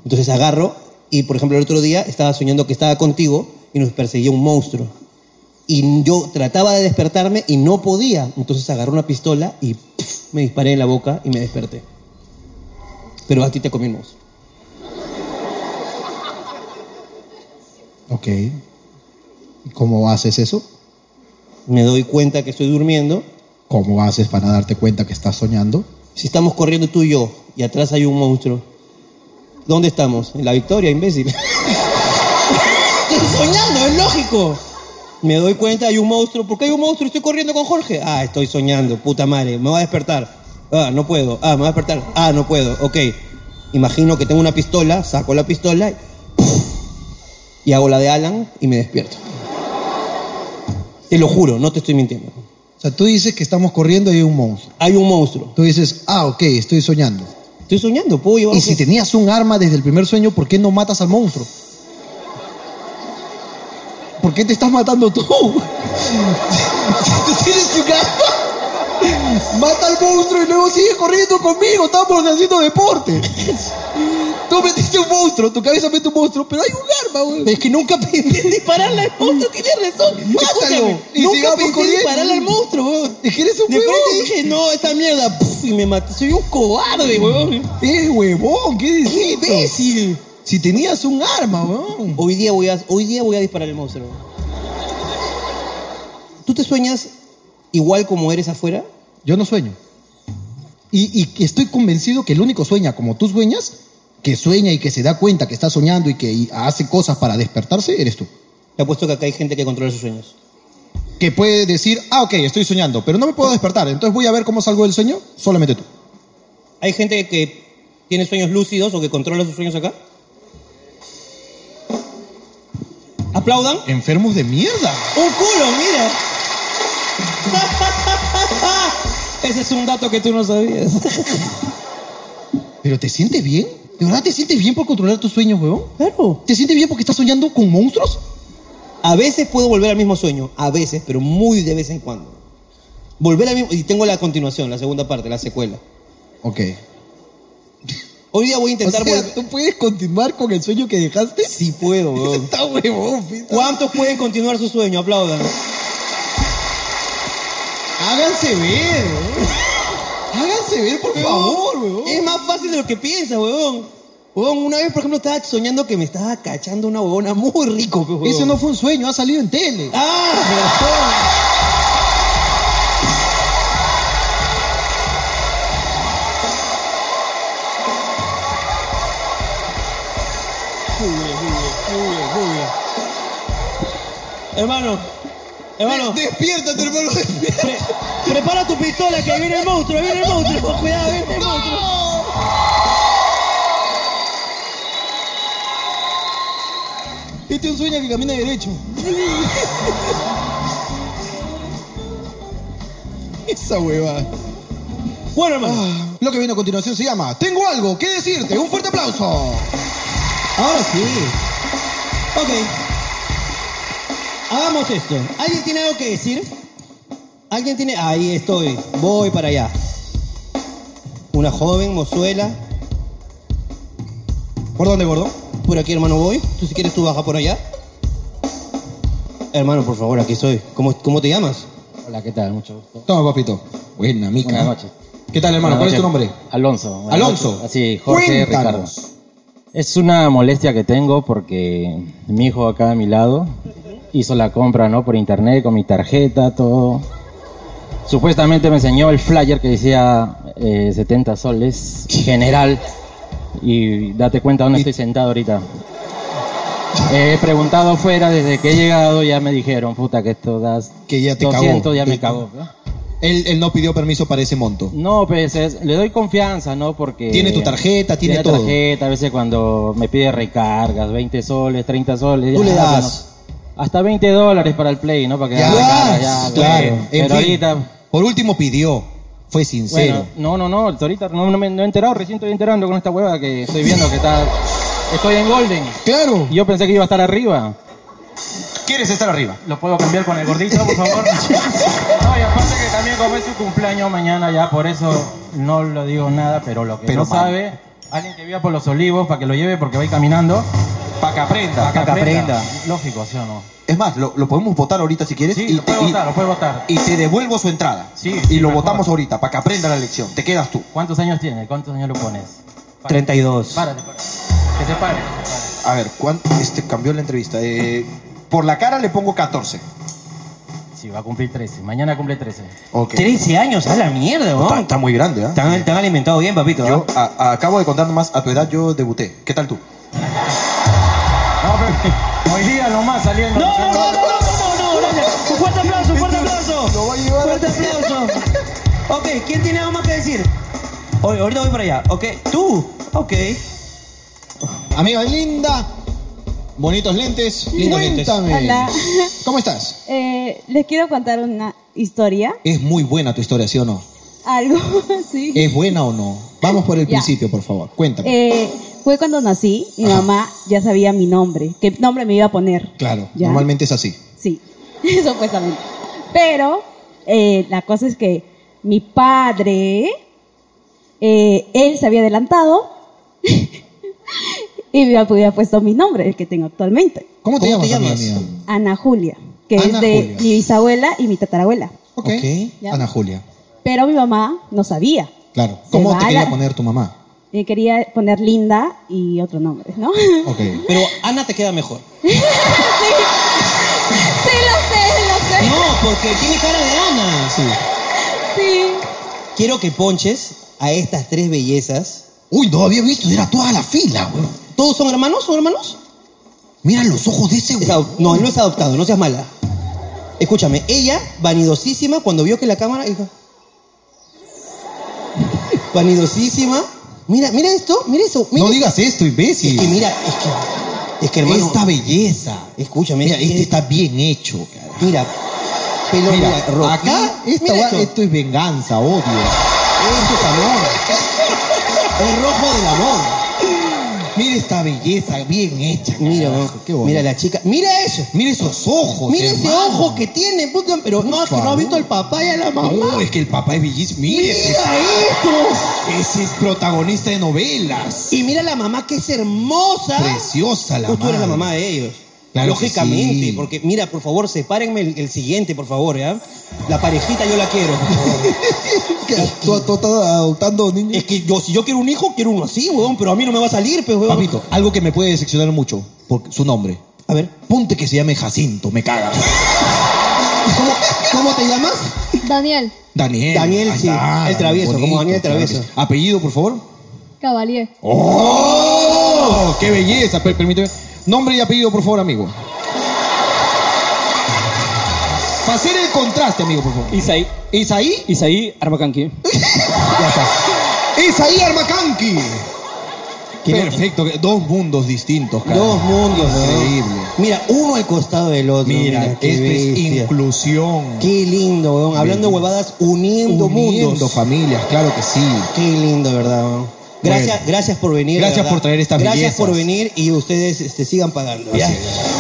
Speaker 1: Entonces agarro y, por ejemplo, el otro día estaba soñando que estaba contigo y nos perseguía un monstruo. Y yo trataba de despertarme y no podía. Entonces agarré una pistola y pf, me disparé en la boca y me desperté. Pero a ti te comí un monstruo.
Speaker 2: Ok. ¿Y cómo haces eso?
Speaker 1: Me doy cuenta que estoy durmiendo
Speaker 2: ¿Cómo haces para darte cuenta que estás soñando?
Speaker 1: Si estamos corriendo tú y yo y atrás hay un monstruo, ¿dónde estamos? En la victoria, imbécil. estoy soñando, es lógico. Me doy cuenta, hay un monstruo. ¿Por qué hay un monstruo? Estoy corriendo con Jorge. Ah, estoy soñando, puta madre. Me va a despertar. Ah, no puedo. Ah, me va a despertar. Ah, no puedo. Ok. Imagino que tengo una pistola, saco la pistola y hago la de Alan y me despierto. Te lo juro, no te estoy mintiendo.
Speaker 2: O sea, tú dices que estamos corriendo y hay un monstruo.
Speaker 1: Hay un monstruo.
Speaker 2: Tú dices, ah, ok, estoy soñando.
Speaker 1: Estoy soñando, puedo llevar.
Speaker 2: Y
Speaker 1: un-
Speaker 2: si tenías un arma desde el primer sueño, ¿por qué no matas al monstruo? ¿Por qué te estás matando tú? Si tú tienes un arma, mata al monstruo y luego sigue corriendo conmigo. Estamos haciendo deporte. Tú metiste un monstruo, tu cabeza mete un monstruo, pero hay un arma, güey.
Speaker 1: Es que nunca pensé en dispararle al monstruo, tiene razón.
Speaker 2: Mátalo,
Speaker 1: Escúchame,
Speaker 2: y
Speaker 1: nunca
Speaker 2: sigamos
Speaker 1: pensé en
Speaker 2: corriendo.
Speaker 1: dispararle al monstruo, weón.
Speaker 2: Es que eres un
Speaker 1: De frente
Speaker 2: huevón.
Speaker 1: dije, no, esta mierda, puf, y me maté. Soy un cobarde, weón.
Speaker 2: Eh, huevón, ¿qué
Speaker 1: Qué
Speaker 2: decís?
Speaker 1: imbécil.
Speaker 2: Si tenías un arma, weón.
Speaker 1: Hoy día voy a, hoy día voy a disparar al monstruo. ¿Tú te sueñas igual como eres afuera?
Speaker 2: Yo no sueño. Y, y que estoy convencido que el único sueña como tú sueñas, que sueña y que se da cuenta que está soñando y que y hace cosas para despertarse, eres tú.
Speaker 1: Te apuesto que acá hay gente que controla sus sueños.
Speaker 2: Que puede decir, ah, ok, estoy soñando, pero no me puedo despertar, entonces voy a ver cómo salgo del sueño, solamente tú.
Speaker 1: ¿Hay gente que tiene sueños lúcidos o que controla sus sueños acá? ¿Aplaudan?
Speaker 2: Enfermos de mierda.
Speaker 1: ¡Un culo, mira! Ese es un dato que tú no sabías.
Speaker 2: Pero ¿te sientes bien? ¿De verdad te sientes bien por controlar tus sueños, huevón?
Speaker 1: Claro.
Speaker 2: ¿Te sientes bien porque estás soñando con monstruos?
Speaker 1: A veces puedo volver al mismo sueño, a veces, pero muy de vez en cuando. Volver al mismo. Y tengo la continuación, la segunda parte, la secuela.
Speaker 2: Ok.
Speaker 1: Hoy día voy a
Speaker 2: O
Speaker 1: intentar
Speaker 2: sea,
Speaker 1: volver.
Speaker 2: ¿tú puedes continuar con el sueño que dejaste?
Speaker 1: Sí puedo, weón.
Speaker 2: Está huevón, pinta.
Speaker 1: ¿Cuántos pueden continuar su sueño? Aplaudan.
Speaker 2: Háganse ver, weón. Háganse ver, por favor, weón.
Speaker 1: Es más fácil de lo que piensas, weón. Weón, una vez, por ejemplo, estaba soñando que me estaba cachando una huevona muy rico, pe, weón.
Speaker 2: Eso no fue un sueño, ha salido en tele.
Speaker 1: ¡Ah! Hermano, hermano,
Speaker 2: Despiértate, hermano, despiértate.
Speaker 1: pre- prepara tu pistola que ahí viene el monstruo, ahí viene el monstruo, cuidado, ahí viene el monstruo.
Speaker 2: Este es un sueño que camina derecho. Esa Ah. hueva.
Speaker 1: Bueno, hermano,
Speaker 2: Lo que viene a continuación se llama Tengo algo que decirte. Un fuerte aplauso.
Speaker 1: ahora sí. Ok. Hagamos esto. ¿Alguien tiene algo que decir? ¿Alguien tiene...? Ahí estoy. Voy para allá. Una joven, mozuela.
Speaker 2: ¿Por dónde, gordo?
Speaker 1: Por aquí, hermano, voy. Tú si quieres, tú baja por allá. Hermano, por favor, aquí soy. ¿Cómo, cómo te llamas?
Speaker 4: Hola, ¿qué tal? Mucho gusto.
Speaker 2: Toma, papito. Buena, mica.
Speaker 4: Buenas noches.
Speaker 2: ¿Qué tal, hermano?
Speaker 4: Buenas
Speaker 2: ¿Cuál es tu
Speaker 4: noches.
Speaker 2: nombre?
Speaker 4: Alonso. Buenas
Speaker 2: Alonso.
Speaker 4: noches. Así, Jorge
Speaker 2: Cuéntanos.
Speaker 4: Ricardo. Es una molestia que tengo porque mi hijo acá a mi lado hizo la compra, ¿no? Por internet, con mi tarjeta, todo. Supuestamente me enseñó el flyer que decía eh, 70 soles, general. Y date cuenta dónde estoy sentado ahorita. Eh, He preguntado afuera, desde que he llegado ya me dijeron, puta, que esto das
Speaker 2: Que ya te cagó.
Speaker 4: 200, ya me
Speaker 2: Te-
Speaker 4: cagó. ¿no?
Speaker 2: Él, él no pidió permiso para ese monto.
Speaker 4: No, pues es- le doy confianza, ¿no? Porque.
Speaker 2: Tiene tu tarjeta, tiene todo.
Speaker 4: tarjeta, a veces cuando me pide recargas, 20 soles, 30 soles.
Speaker 2: Tú
Speaker 4: ya,
Speaker 2: le
Speaker 4: bueno,
Speaker 2: das.
Speaker 4: hasta 20 dólares para el play, ¿no? Para que
Speaker 2: Ya,
Speaker 4: haga recargas, ya,
Speaker 2: claro.
Speaker 4: bueno.
Speaker 2: En
Speaker 4: Pero
Speaker 2: fin,
Speaker 4: ahorita.
Speaker 2: Por último pidió. Fue
Speaker 4: Bueno,
Speaker 2: sincero.
Speaker 4: no, no, no, ahorita no, no me no he enterado, recién estoy enterando con esta hueva que estoy viendo que está. Estoy en Golden.
Speaker 2: Claro.
Speaker 4: Y Yo pensé que iba a estar arriba.
Speaker 2: ¿Quieres estar arriba?
Speaker 4: ¿Lo puedo cambiar con el gordito, por favor? No, y aparte que también como es su cumpleaños mañana ya, por eso no lo digo nada, pero lo que
Speaker 2: Pero
Speaker 4: no
Speaker 2: mal.
Speaker 4: sabe, alguien que viva por los olivos para que lo lleve porque va a ir caminando.
Speaker 5: Para que aprenda.
Speaker 4: Para que aprenda.
Speaker 5: aprenda.
Speaker 4: Lógico, ¿sí o no?
Speaker 5: Es más, lo, lo podemos votar ahorita si quieres.
Speaker 4: Sí,
Speaker 5: y,
Speaker 4: lo puede
Speaker 5: y-
Speaker 4: votar, lo puede votar.
Speaker 5: y te devuelvo su entrada.
Speaker 4: Sí,
Speaker 5: y
Speaker 4: sí,
Speaker 5: lo
Speaker 4: mejor.
Speaker 5: votamos ahorita, para que aprenda la lección. Te quedas tú.
Speaker 4: ¿Cuántos años tiene? ¿Cuántos años lo pones? Pa-
Speaker 1: 32.
Speaker 4: Párate, párate. Que se pare. que se
Speaker 5: A ver, ¿cuán- este cambió la entrevista. Eh, por la cara le pongo 14.
Speaker 4: pare. Sí, va a cumplir 13. Mañana cumple 13.
Speaker 5: Ok.
Speaker 1: 13 años, a la mierda,
Speaker 5: Está,
Speaker 1: weón.
Speaker 5: está muy grande, ¿ah?
Speaker 1: Te han, te han alimentado bien, papito. ¿ah?
Speaker 5: Yo a- a- acabo de contar nomás, a tu edad yo debuté. ¿Qué tal tú?
Speaker 4: No, pero hoy día nomás saliendo.
Speaker 1: No, no, no, no, no, no, no, no. Un fuerte aplauso, un fuerte aplauso.
Speaker 5: Lo va a llevar
Speaker 1: Fuerte aplauso. Ok, ¿quién tiene algo más que decir? Oye, ahorita voy para allá. Ok, tú. Ok.
Speaker 2: Amiga linda, Bonitos lentes.
Speaker 6: Lindos lentes.
Speaker 2: Cuéntame.
Speaker 7: Hola.
Speaker 2: ¿Cómo estás?
Speaker 7: Eh, les quiero contar una historia,
Speaker 2: Es muy buena tu historia, ¿sí o no?
Speaker 7: algo así.
Speaker 2: ¿Es buena o no? Vamos por el
Speaker 7: Ya.
Speaker 2: principio, por favor. Eh, Cuéntame.
Speaker 7: Eh, fue cuando nací, mi mamá ya sabía mi nombre, qué nombre me iba a poner.
Speaker 2: claro,
Speaker 7: ya.
Speaker 2: normalmente es así.
Speaker 7: Sí, supuestamente. Pero eh, la cosa es que mi padre, eh, él se había adelantado y me había puesto mi nombre, el que tengo actualmente,
Speaker 2: ¿Cómo te
Speaker 6: ¿Cómo te
Speaker 2: llamas, amiga
Speaker 6: llamas?
Speaker 2: mía?
Speaker 7: Ana Julia, que
Speaker 2: Ana
Speaker 7: es de
Speaker 2: Julia.
Speaker 7: mi bisabuela y mi tatarabuela.
Speaker 2: Ok.
Speaker 6: Ok.
Speaker 7: Ya.
Speaker 2: Ana Julia.
Speaker 7: Pero mi mamá no sabía.
Speaker 2: Claro.
Speaker 7: Se
Speaker 2: ¿Cómo
Speaker 7: va
Speaker 2: te
Speaker 7: a
Speaker 2: quería
Speaker 7: la-
Speaker 2: poner tu mamá?
Speaker 7: Eh, quería poner Linda y otro nombre, ¿no?
Speaker 2: Ok.
Speaker 6: Pero Ana te queda mejor.
Speaker 7: Sí, lo sé, lo sé.
Speaker 6: No, porque tiene cara de Ana.
Speaker 7: Sí.
Speaker 1: Quiero que ponches a estas tres bellezas.
Speaker 2: Uy, no había visto, era toda la fila, güey.
Speaker 1: ¿Todos son hermanos? ¿Son hermanos?
Speaker 2: Mira los ojos de ese
Speaker 1: Es
Speaker 2: güey.
Speaker 1: adop- no, no es adoptado, no seas mala. Escúchame, ella, vanidosísima, cuando vio que la cámara. dijo- vanidosísima. Mira, mira esto, mira eso. Mira
Speaker 2: No digas esto,
Speaker 1: Es
Speaker 2: imbécil.
Speaker 1: que mira, es que, es que hermano,
Speaker 2: Esta belleza.
Speaker 1: escúchame,
Speaker 2: Mira,
Speaker 1: es-
Speaker 2: este está bien hecho, cara.
Speaker 1: mira, pelo, mira,
Speaker 2: Mira,
Speaker 1: rojo.
Speaker 2: acá
Speaker 1: Mira
Speaker 2: esta
Speaker 1: esto,
Speaker 2: esto. esto es venganza, odio.
Speaker 1: esto es amor, es rojo del amor.
Speaker 2: Mira esta belleza bien hecha.
Speaker 1: Mira,
Speaker 2: carajo,
Speaker 1: weón,
Speaker 2: qué bonito.
Speaker 1: mira la chica, mira eso,
Speaker 2: Mira esos ojos.
Speaker 1: mira ese
Speaker 2: hermano.
Speaker 1: ojo que tiene, puta, pero no, es que no ha
Speaker 2: favor.
Speaker 1: visto el papá y a la mamá.
Speaker 2: No, es que el papá es bellísimo. Mira,
Speaker 1: Mira
Speaker 2: ese,
Speaker 1: esto.
Speaker 2: ese es protagonista de novelas.
Speaker 1: Y mira la mamá que es hermosa.
Speaker 2: Preciosa la
Speaker 1: Pues tú eres la
Speaker 2: madre.
Speaker 1: mamá de ellos.
Speaker 2: Claro que
Speaker 1: Lógicamente,
Speaker 2: sí.
Speaker 1: porque mira, por favor, sepárenme el, el siguiente, por favor, ¿ya? La parejita yo la quiero, por favor.
Speaker 2: ¿Tú, tú estás adoptando niños?
Speaker 1: Es que yo, si yo quiero un hijo, quiero uno así, weón, pero a mí no me va a salir, pues, weón.
Speaker 2: Papito, algo que me puede decepcionar mucho por su nombre.
Speaker 1: A ver,
Speaker 2: Ponte que se llame Jacinto, me caga.
Speaker 1: ¿cómo, cómo te llamas?
Speaker 8: Daniel
Speaker 2: Daniel.
Speaker 1: Daniel,
Speaker 2: ahí
Speaker 1: sí,
Speaker 2: está,
Speaker 1: el travieso,
Speaker 2: bonito,
Speaker 1: como Daniel el
Speaker 2: claro que
Speaker 1: travieso.
Speaker 2: sí. Apellido, por favor.
Speaker 8: Cavalier.
Speaker 2: ¡Oh! ¡Qué belleza! Per- Permíteme. Nombre y apellido, por favor, amigo. Para hacer el contraste, amigo, por favor.
Speaker 9: Isaí,
Speaker 2: Isaí.
Speaker 9: Isaí Arbacanqui.
Speaker 2: Ya está. Isaí Armacanqui. Perfecto. Dos mundos distintos, cara.
Speaker 1: Dos mundos, weón.
Speaker 2: Increíble.
Speaker 1: Mira, uno al costado del otro.
Speaker 2: Mira,
Speaker 1: Mira,
Speaker 2: esto
Speaker 1: qué
Speaker 2: es
Speaker 1: bestia.
Speaker 2: inclusión.
Speaker 1: Qué lindo, weón. Hablando de huevadas, uniendo,
Speaker 2: Uniendo
Speaker 1: mundos.
Speaker 2: familias, claro que sí.
Speaker 1: Qué lindo, ¿verdad? weón? Gracias, gracias por venir. de
Speaker 2: Gracias
Speaker 1: verdad.
Speaker 2: por traer estas
Speaker 1: Gracias
Speaker 2: bellezas.
Speaker 1: por venir y ustedes este, sigan pagando. ¿ya?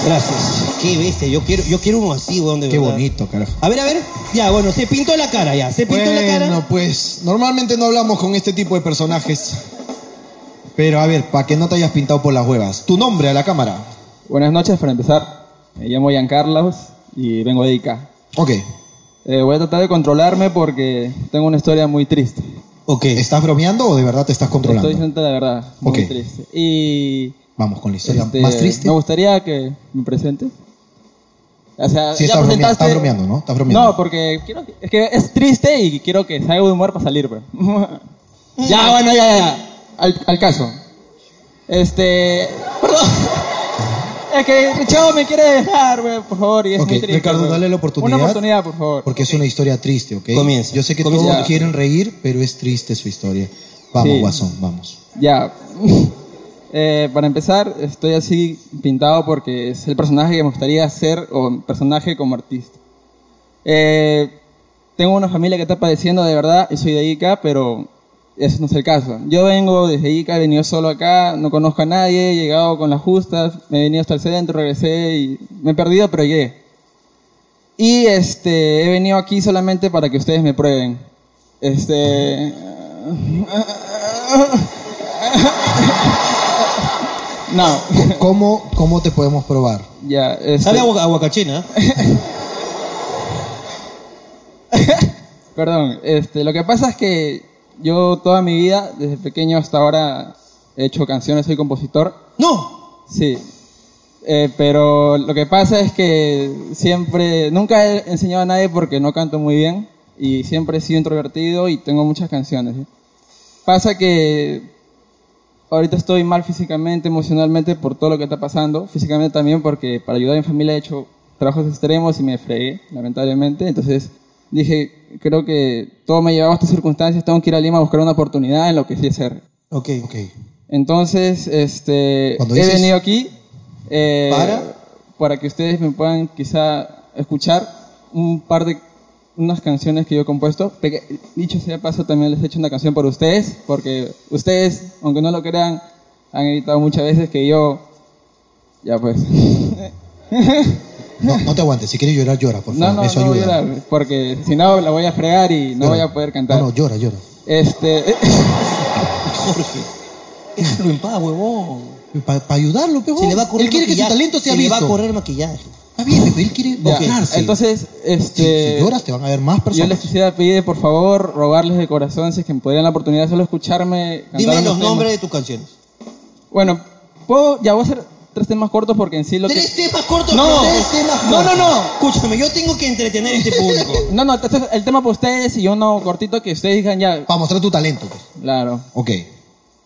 Speaker 1: Gracias. Qué bestia. Yo quiero, yo quiero uno así, weón, de
Speaker 2: Qué
Speaker 1: verdad.
Speaker 2: bonito, carajo.
Speaker 1: A ver, a ver. Ya, bueno, se pintó la cara ya. Se pintó la cara.
Speaker 2: Bueno, pues normalmente no hablamos con este tipo de personajes. Pero a ver, para que no te hayas pintado por las huevas. Tu nombre a la cámara.
Speaker 9: Buenas noches, para empezar. Me llamo Ian Carlos y vengo de Ica.
Speaker 2: Ok.
Speaker 9: Eh, voy a tratar de controlarme porque tengo una historia muy triste.
Speaker 2: Ok. ¿Estás bromeando o de verdad te estás
Speaker 9: Te
Speaker 2: controlando?
Speaker 9: Estoy diciendo la verdad, muy
Speaker 2: Ok.
Speaker 9: triste. Y
Speaker 2: Vamos con la historia
Speaker 9: este,
Speaker 2: más triste.
Speaker 9: me gustaría que me presentes. O sea,
Speaker 2: Sí,
Speaker 9: ya
Speaker 2: estás bromeando,
Speaker 9: presentaste-
Speaker 2: estás bromeando, ¿no? Estás bromeando.
Speaker 9: No, porque quiero que- es que es triste y quiero que salga de humor para salir, pues.
Speaker 2: Mm.
Speaker 9: ya, bueno, ya, ya, ya. Al, al caso. Este. Perdón. Es que Richard me quiere dejar, güey, por favor, y es
Speaker 2: Ok,
Speaker 9: muy triste.
Speaker 2: Ricardo,
Speaker 9: güey.
Speaker 2: dale la oportunidad.
Speaker 9: Una oportunidad, por favor.
Speaker 2: Porque es una historia triste, ¿ok?
Speaker 1: Comienza.
Speaker 2: Yo sé que
Speaker 1: Comienza.
Speaker 2: todos
Speaker 9: Ya.
Speaker 2: quieren reír, pero es triste su historia. Vamos,
Speaker 9: Sí.
Speaker 2: Guasón, vamos.
Speaker 9: Ya. Eh, para empezar, estoy así pintado porque es el personaje que me gustaría ser o personaje como artista. Eh, tengo una familia que está padeciendo de verdad y soy de Ica, pero eso no es el caso. Yo vengo desde Ica, he venido solo acá, no conozco a nadie, he llegado con las justas, me he venido hasta el centro, regresé y me he perdido, pero llegué. Y este, he venido aquí solamente para que ustedes me prueben. Este. No,
Speaker 2: ¿Cómo, cómo te podemos probar?
Speaker 9: ya. Este,
Speaker 1: Sabe a aguac- aguacachina.
Speaker 9: Perdón, este, lo que pasa es que yo toda mi vida, desde pequeño hasta ahora, he hecho canciones, soy compositor.
Speaker 1: No.
Speaker 9: Sí. Eh, pero lo que pasa es que siempre, nunca he enseñado a nadie porque no canto muy bien y siempre he sido introvertido y tengo muchas canciones. ¿sí? Pasa que ahorita estoy mal físicamente, emocionalmente por todo lo que está pasando, físicamente también porque para ayudar a mi familia he hecho trabajos extremos y me fregué, lamentablemente. Entonces dije, creo que todo me llevaba a estas circunstancias, tengo que ir a Lima a buscar una oportunidad en lo que sí es ser.
Speaker 1: Ok.
Speaker 2: Ok.
Speaker 9: Entonces, este,
Speaker 2: Cuando
Speaker 9: he
Speaker 2: dices-
Speaker 9: venido aquí eh,
Speaker 2: ¿Para?
Speaker 9: para que ustedes me puedan quizá escuchar un par de unas canciones que yo he compuesto. Peque- dicho sea de paso, también les he hecho una canción para ustedes, porque ustedes, aunque no lo crean, han editado muchas veces que yo, ya pues,
Speaker 2: No, no te aguantes. Si quieres llorar, llora, por
Speaker 9: no,
Speaker 2: favor.
Speaker 9: no,
Speaker 2: Eso
Speaker 9: no voy a
Speaker 2: ayuda.
Speaker 9: llorar, porque si no la voy a fregar y no
Speaker 2: Llora.
Speaker 9: voy a poder cantar.
Speaker 2: No, no, llora, llora.
Speaker 9: Este,
Speaker 6: Jorge. Déjalo en paz, huevón.
Speaker 2: Para ayudarlo, pejón.
Speaker 1: Se le va a correr
Speaker 2: Él quiere que su
Speaker 1: maquillaje.
Speaker 2: talento sea
Speaker 1: Se
Speaker 2: visto.
Speaker 1: le va a correr maquillaje.
Speaker 2: Está bien, pero él quiere
Speaker 9: ya,
Speaker 2: mostrarse.
Speaker 9: entonces,
Speaker 2: si,
Speaker 9: este,
Speaker 2: si lloras, te van a ver más
Speaker 9: yo
Speaker 2: personas.
Speaker 9: les quisiera pedir, por favor, rogarles de corazón, si es que me podrían la oportunidad de solo escucharme. cantar
Speaker 1: Dime
Speaker 9: unos
Speaker 1: los
Speaker 9: temas.
Speaker 1: nombres de tus canciones.
Speaker 9: Bueno, puedo, ya voy a hacer tres temas cortos porque en sí lo que...
Speaker 1: Tres temas cortos.
Speaker 9: No.
Speaker 1: tres temas
Speaker 9: No, no, no.
Speaker 1: Escúchame, yo tengo que entretener a este público.
Speaker 9: No, no, este es el tema para ustedes y uno cortito que ustedes digan ya.
Speaker 2: Para mostrar tu talento. pues.
Speaker 9: Claro.
Speaker 2: Ok.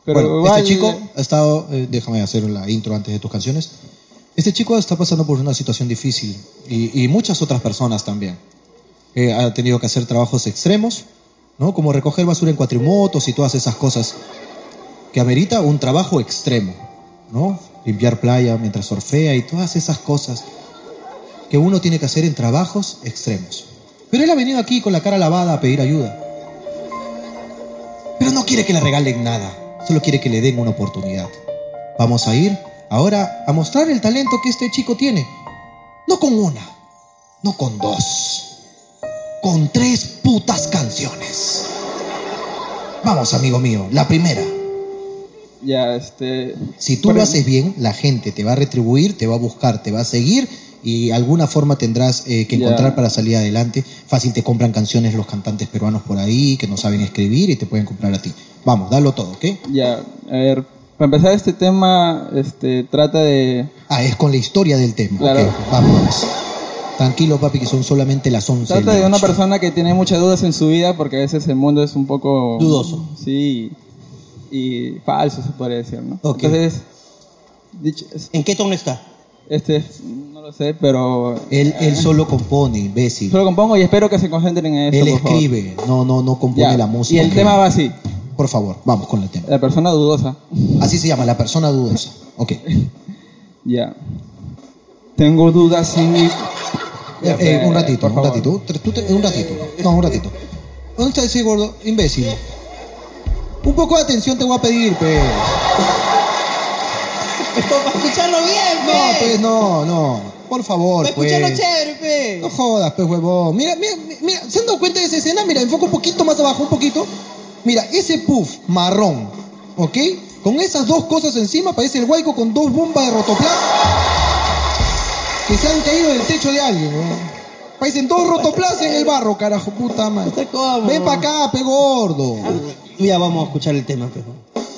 Speaker 9: Pero
Speaker 2: bueno,
Speaker 9: igual-
Speaker 2: este chico ha estado, eh, déjame hacer la intro antes de tus canciones. Este chico está pasando por una situación difícil y, y muchas otras personas también. Eh, ha tenido que hacer trabajos extremos, ¿no? Como recoger basura en cuatrimotos y todas esas cosas que amerita un trabajo extremo, ¿no? Limpiar playa mientras surfea y todas esas cosas que uno tiene que hacer en trabajos extremos. Pero él ha venido aquí con la cara lavada a pedir ayuda. Pero no quiere que le regalen nada, solo quiere que le den una oportunidad. Vamos a ir ahora a mostrar el talento que este chico tiene. No con una, no con dos, con tres putas canciones. Vamos, amigo mío, la primera.
Speaker 9: Ya, este...
Speaker 2: Si tú
Speaker 9: por
Speaker 2: lo
Speaker 9: el-
Speaker 2: haces bien, la gente te va a retribuir, te va a buscar, te va a seguir y alguna forma tendrás eh, que
Speaker 9: Ya.
Speaker 2: encontrar para salir adelante. Fácil te compran canciones los cantantes peruanos por ahí que no saben escribir y te pueden comprar a ti. Vamos, dalo todo, ¿ok?
Speaker 9: Ya, a ver. Para empezar este tema, este, trata de...
Speaker 2: Ah, es con la historia del tema.
Speaker 9: Claro.
Speaker 2: Ok, vamos. Tranquilo, papi, que son solamente las 11.
Speaker 9: Trata
Speaker 2: la
Speaker 9: de una
Speaker 2: noche.
Speaker 9: persona que tiene muchas dudas en su vida porque a veces el mundo es un poco...
Speaker 1: Dudoso.
Speaker 9: Sí. Y falso, se podría decir, ¿no?
Speaker 1: Ok.
Speaker 9: Entonces, dicho,
Speaker 1: ¿En qué tono está?
Speaker 9: este, es- no lo sé, pero...
Speaker 2: Él, él solo compone, imbécil.
Speaker 9: Solo compongo y espero que se concentren en eso,
Speaker 2: él
Speaker 9: por favor.
Speaker 2: escribe, no, no, no compone
Speaker 9: Ya,
Speaker 2: la música.
Speaker 9: Y el
Speaker 2: Ok.
Speaker 9: tema va así.
Speaker 2: Por favor, vamos con el tema.
Speaker 9: La persona dudosa.
Speaker 2: Así se llama, la persona dudosa. Ok.
Speaker 9: Ya. Tengo dudas en mi...
Speaker 2: Eh, eh, un ratito,
Speaker 9: Por
Speaker 2: un
Speaker 9: favor.
Speaker 2: ratito. Tú- tú te- eh, un ratito. No, un ratito. ¿Dónde está ese gordo? Imbécil. Un poco de atención te voy a pedir, pues.
Speaker 1: para escucharlo bien,
Speaker 2: No, pues, no, no. Por favor,
Speaker 1: Para
Speaker 2: pues.
Speaker 1: escucharlo chévere, pe.
Speaker 2: No jodas, pues, huevón. Mira, mira, mira, ¿se han dado cuenta de esa escena? Mira, enfoca un poquito más abajo, un poquito. Mira, ese puff marrón, ¿ok? Con esas dos cosas encima parece el huaico con dos bombas de rotoplas que se han caído del techo de alguien, ¿no? Parecen dos rotoplas en el barro, carajo, puta madre.
Speaker 1: cómo?
Speaker 2: Ven para acá, pe gordo.
Speaker 1: Ya vamos a escuchar el tema, pero.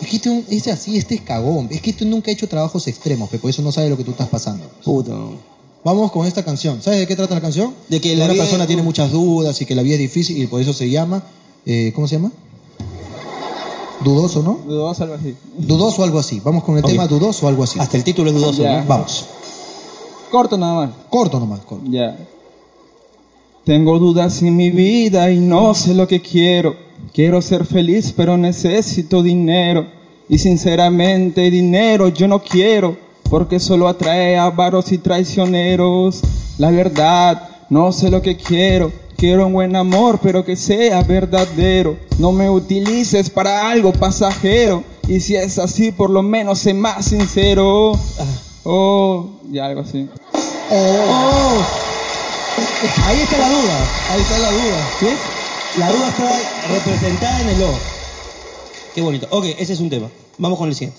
Speaker 2: Es que este un- es así, este es cagón. Es que tú nunca has hecho trabajos extremos, pe, por eso no sabes lo que tú estás pasando.
Speaker 1: Puto.
Speaker 2: Vamos con esta canción. ¿Sabes de qué trata la canción?
Speaker 1: De que la
Speaker 2: una
Speaker 1: vida
Speaker 2: persona
Speaker 1: es-
Speaker 2: tiene muchas dudas y que la vida es difícil y por eso se llama. eh, ¿Cómo se llama? Dudoso, ¿no?
Speaker 9: Dudosa, algo así.
Speaker 2: Dudoso o algo así. Vamos con el tema dudoso o algo así.
Speaker 1: Hasta el título es dudoso,
Speaker 9: Ya.
Speaker 1: ¿no?
Speaker 2: Vamos.
Speaker 9: Corto nada más.
Speaker 2: Corto nomás, corto.
Speaker 9: Ya. Tengo dudas en mi vida y no sé lo que quiero. Quiero ser feliz, pero necesito dinero. Y sinceramente, dinero yo no quiero, porque solo atrae a avaros y traicioneros. La verdad, no sé lo que quiero. Quiero un buen amor, pero que sea verdadero. No me utilices para algo pasajero. Y si es así, por lo menos sé más sincero. Oh, ya algo así.
Speaker 2: Oh.
Speaker 1: Oh. Ahí está la duda. Ahí está la duda. ¿Ves? La duda está representada en el logo. Qué bonito. Ok, ese es un tema. Vamos con el siguiente.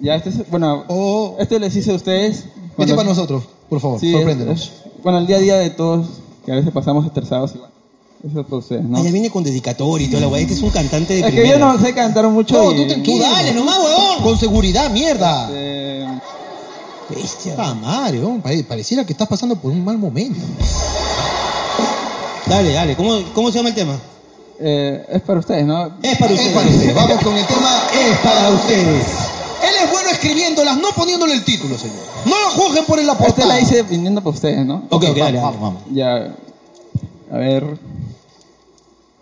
Speaker 9: Ya, este es, bueno,
Speaker 2: Oh.
Speaker 9: este les hice a ustedes.
Speaker 2: Este
Speaker 9: Cuando-
Speaker 2: para nosotros, por favor.
Speaker 9: Sí,
Speaker 2: Sorpréndenos.
Speaker 9: es- es- bueno, el día a día de todos, que a veces pasamos estresados y bueno, eso es para ustedes, ¿no?
Speaker 1: Ah, ya viene con dedicatoria y toda la guay. Este es un cantante de
Speaker 9: Es que
Speaker 1: primera.
Speaker 9: yo no sé cantar mucho
Speaker 2: No,
Speaker 9: y-
Speaker 2: tú tranquilo.
Speaker 1: dale nomás, huevón.
Speaker 2: Con seguridad, mierda.
Speaker 9: eh,
Speaker 1: Bestia.
Speaker 2: Ah, madre, huevón, pare- pareciera que estás pasando por un mal momento.
Speaker 1: Dale, dale. ¿Cómo, ¿Cómo se llama el tema?
Speaker 9: eh, es para ustedes, ¿no?
Speaker 1: Es para
Speaker 2: Es
Speaker 1: ustedes.
Speaker 2: para ustedes. Vamos con el tema.
Speaker 1: Es para ustedes.
Speaker 2: Él es bueno escribiéndolas, no poniéndole el título, señor. No lo juzguen por el
Speaker 9: Este
Speaker 2: aporte.
Speaker 9: la hice viniendo para ustedes, ¿no?
Speaker 1: Ok, ok, dale, dale.
Speaker 2: Vamos, vamos.
Speaker 9: Ya, a ver.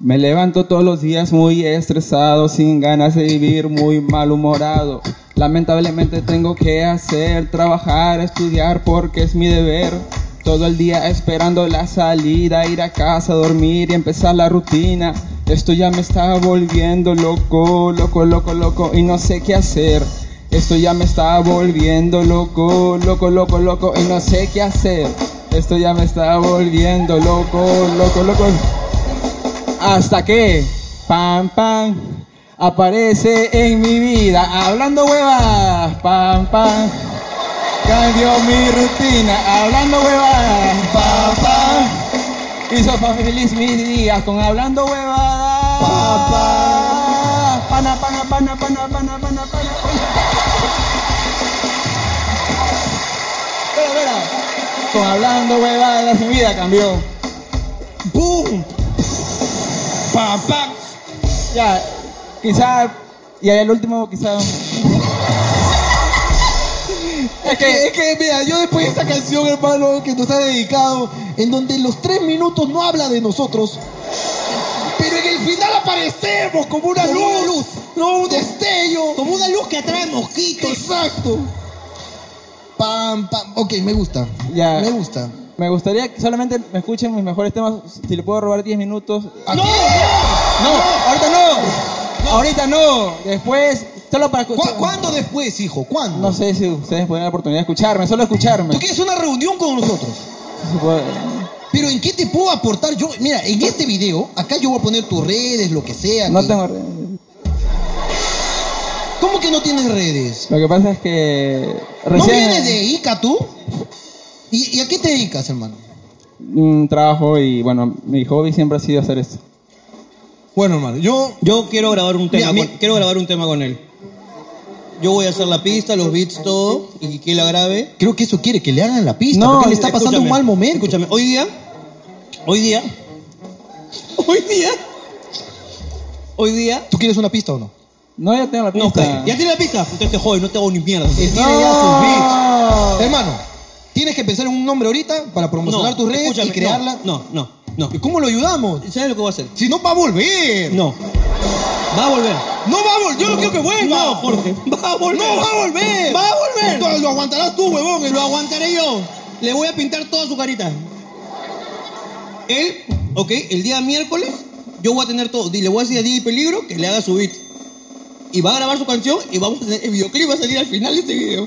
Speaker 9: Me levanto todos los días muy estresado, sin ganas de vivir, muy malhumorado. Lamentablemente tengo que hacer, trabajar, estudiar porque es mi deber. Todo el día esperando la salida, ir a casa, dormir y empezar la rutina. Esto ya me está volviendo loco, loco, loco, loco y no sé qué hacer. Esto ya me está volviendo loco, loco, loco, loco y no sé qué hacer. Esto ya me está volviendo loco, loco, loco hasta que pam pam aparece en mi vida hablando huevas pam pam cambió mi rutina hablando huevas pam pam hizo fa- feliz mis días con hablando huevadas pam pam pana pana pana pana pana pana pana espera espera con hablando huevadas mi vida cambió boom ¡Pam, pam! Ya, quizá. Y ahí el último, quizá.
Speaker 2: Es que, es que, mira, yo después de esa canción, hermano, que nos ha dedicado, en donde los tres minutos no habla de nosotros, pero en el final aparecemos como una,
Speaker 6: Como
Speaker 2: luz,
Speaker 6: una luz.
Speaker 2: no un destello.
Speaker 6: Como una luz que atrae mosquitos.
Speaker 2: Exacto. Pam, pam. Ok, me gusta.
Speaker 9: Ya.
Speaker 2: Me gusta.
Speaker 9: Me gustaría que solamente me escuchen mis mejores temas. Si le puedo robar 10 minutos.
Speaker 2: Aquí-
Speaker 9: ¡No! ¡Ahorita no! ¡Ahorita no! Después, solo para
Speaker 2: ¿Cu-
Speaker 9: escuchar.
Speaker 2: ¿Cuándo después, hijo? ¿Cuándo?
Speaker 9: No sé si ustedes pueden la oportunidad de escucharme, solo escucharme.
Speaker 2: Tú quieres una reunión con nosotros.
Speaker 9: Si puedo-
Speaker 2: Pero ¿en qué te puedo aportar yo? Mira, en este video, acá yo voy a poner tus redes, lo que sea.
Speaker 9: No
Speaker 2: que-
Speaker 9: tengo.
Speaker 2: ¿Cómo que no tienes redes?
Speaker 9: Lo que pasa es que.
Speaker 2: ¿No
Speaker 9: Recién.
Speaker 2: vienes de Ica tú? ¿Y, y a qué te dedicas, hermano?
Speaker 9: Mm, trabajo y bueno, mi hobby siempre ha sido hacer esto.
Speaker 2: Bueno, hermano, yo...
Speaker 6: Yo quiero grabar un tema,
Speaker 2: Mira, mi-
Speaker 6: con, quiero grabar un tema con él. Yo voy a hacer la pista, los beats, todo, y que él la grabe.
Speaker 2: Creo que eso quiere que le hagan la pista,
Speaker 9: No,
Speaker 2: porque le está pasando
Speaker 6: Escúchame,
Speaker 2: un mal momento.
Speaker 6: Escúchame, hoy día, hoy día, hoy día, hoy día.
Speaker 2: ¿Tú quieres una pista o no?
Speaker 9: No, ya tengo la
Speaker 6: No,
Speaker 9: pista.
Speaker 6: cállate. ya tiene la pista. Entonces te joder, este no te hago ni mierda.
Speaker 2: Él tiene ya sus beats. Hermano, tienes que pensar en un nombre ahorita para promocionar tus redes
Speaker 6: escúchame,
Speaker 2: y
Speaker 6: no,
Speaker 2: crearla.
Speaker 6: No, no, no.
Speaker 2: ¿Y cómo lo ayudamos?
Speaker 6: ¿Sabes lo que voy a hacer?
Speaker 2: Si no, va a volver.
Speaker 6: No. Va a volver.
Speaker 2: No va a volver, yo no quiero que vuelva.
Speaker 6: No, Jorge. Va a volver.
Speaker 2: No va a volver.
Speaker 6: Va a volver.
Speaker 2: Lo, lo aguantarás tú, huevón.
Speaker 6: Lo aguantaré yo. Le voy a pintar toda su carita. Él, ok, el día miércoles yo voy a tener todo. Y Le voy a decir a DJ Peligro que le haga su beat. Y va a grabar su canción y vamos a tener el videoclip va a salir al final de este video.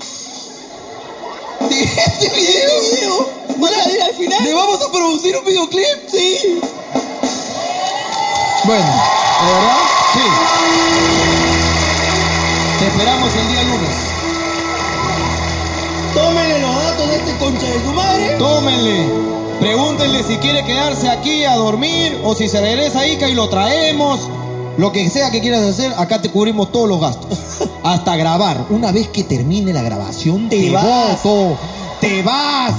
Speaker 6: De este video, va a salir al final.
Speaker 2: ¿Le vamos a producir un videoclip? Sí. Bueno, ¿de verdad? Sí. Te esperamos el día lunes.
Speaker 6: Tómenle los datos de este concha de su madre.
Speaker 2: Tómenle. Pregúntenle si quiere quedarse aquí a dormir o si se regresa a Ica y lo traemos. Lo que sea que quieras hacer, acá te cubrimos todos los gastos. Hasta grabar. Una vez que termine la grabación, te,
Speaker 6: vas.
Speaker 2: voto. Te vas.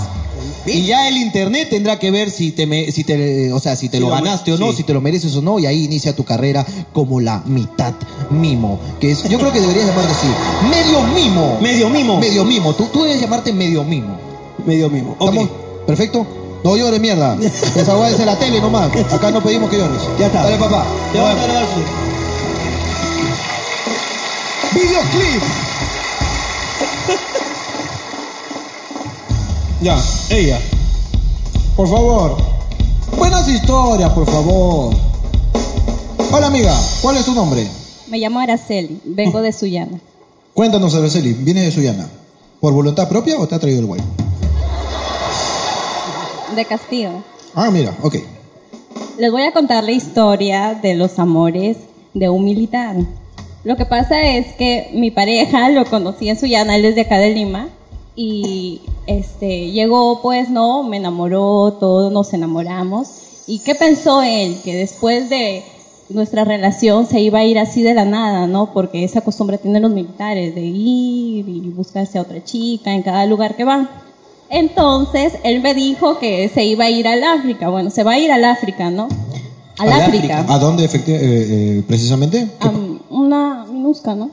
Speaker 2: Y ya el internet tendrá que ver si te, me- si te, o sea, si te
Speaker 6: Si
Speaker 2: lo
Speaker 6: lo me-
Speaker 2: ganaste o no,
Speaker 6: sí.
Speaker 2: si te lo mereces o no, y ahí inicia tu carrera como la mitad mimo. Que es, yo creo que deberías llamarte así. Medio mimo.
Speaker 6: Medio mimo.
Speaker 2: Medio mimo. Tú, tú debes llamarte medio mimo.
Speaker 6: Medio mimo. Ok.
Speaker 2: ¿Estamos? ¿Perfecto? No llores, mierda. Esa weá es en la tele nomás. Acá no pedimos que llores.
Speaker 6: Ya está.
Speaker 2: Dale, papá.
Speaker 6: Ya va a grabar su.
Speaker 2: Videoclip.
Speaker 6: Ya, ella.
Speaker 2: Por favor. Buenas historias, por favor. Hola, amiga. ¿Cuál es tu nombre?
Speaker 7: Me llamo Araceli, vengo de Sullana.
Speaker 2: Cuéntanos, Araceli. ¿Vienes de Suyana? ¿Por voluntad propia o te ha traído el güey?
Speaker 7: De Castillo.
Speaker 2: Ah, mira. Ok.
Speaker 7: Les voy a contar la historia de los amores de un militar. Lo que pasa es que mi pareja lo conocí en Sullana, él es de acá de Lima. Y este, llegó, pues no, me enamoró, todos nos enamoramos. ¿Y qué pensó él? Que después de nuestra relación se iba a ir así de la nada, ¿no? Porque esa costumbre tienen los militares de ir y buscarse a otra chica en cada lugar que van. Entonces, él me dijo que se iba a ir al África. Bueno, se va a ir al África, ¿no? Al,
Speaker 6: Al
Speaker 7: África. Ah.
Speaker 2: ¿A dónde efecti- eh, eh, precisamente?
Speaker 7: Am- una minusca, ¿no?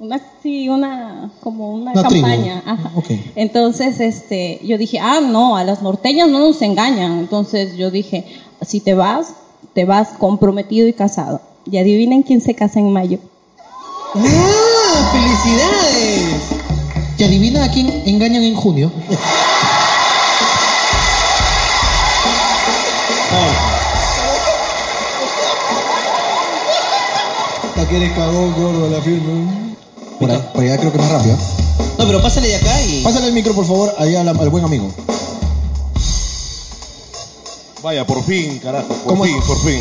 Speaker 7: Una, sí, una, como una,
Speaker 2: Una tribu. Ah,
Speaker 7: campaña. Ajá.
Speaker 2: Ok.
Speaker 7: Entonces, este, yo dije, ah, no, a las norteñas no nos engañan. Entonces, yo dije, si te vas, te vas comprometido y casado. Y adivinen quién se casa en mayo.
Speaker 2: ¡Ah!
Speaker 1: ¡Felicidades!
Speaker 6: ¿Y adivina a quién engañan en junio? ¿Para que eres cagón, gordo, la firma? Por ahí- por allá creo que más rápido. ¿eh?
Speaker 1: No, pero pásale de acá y.
Speaker 6: Pásale el micro, por favor, allá al, al buen amigo.
Speaker 10: Vaya, por fin, carajo. Por
Speaker 6: ¿Cómo?
Speaker 10: fin, por fin.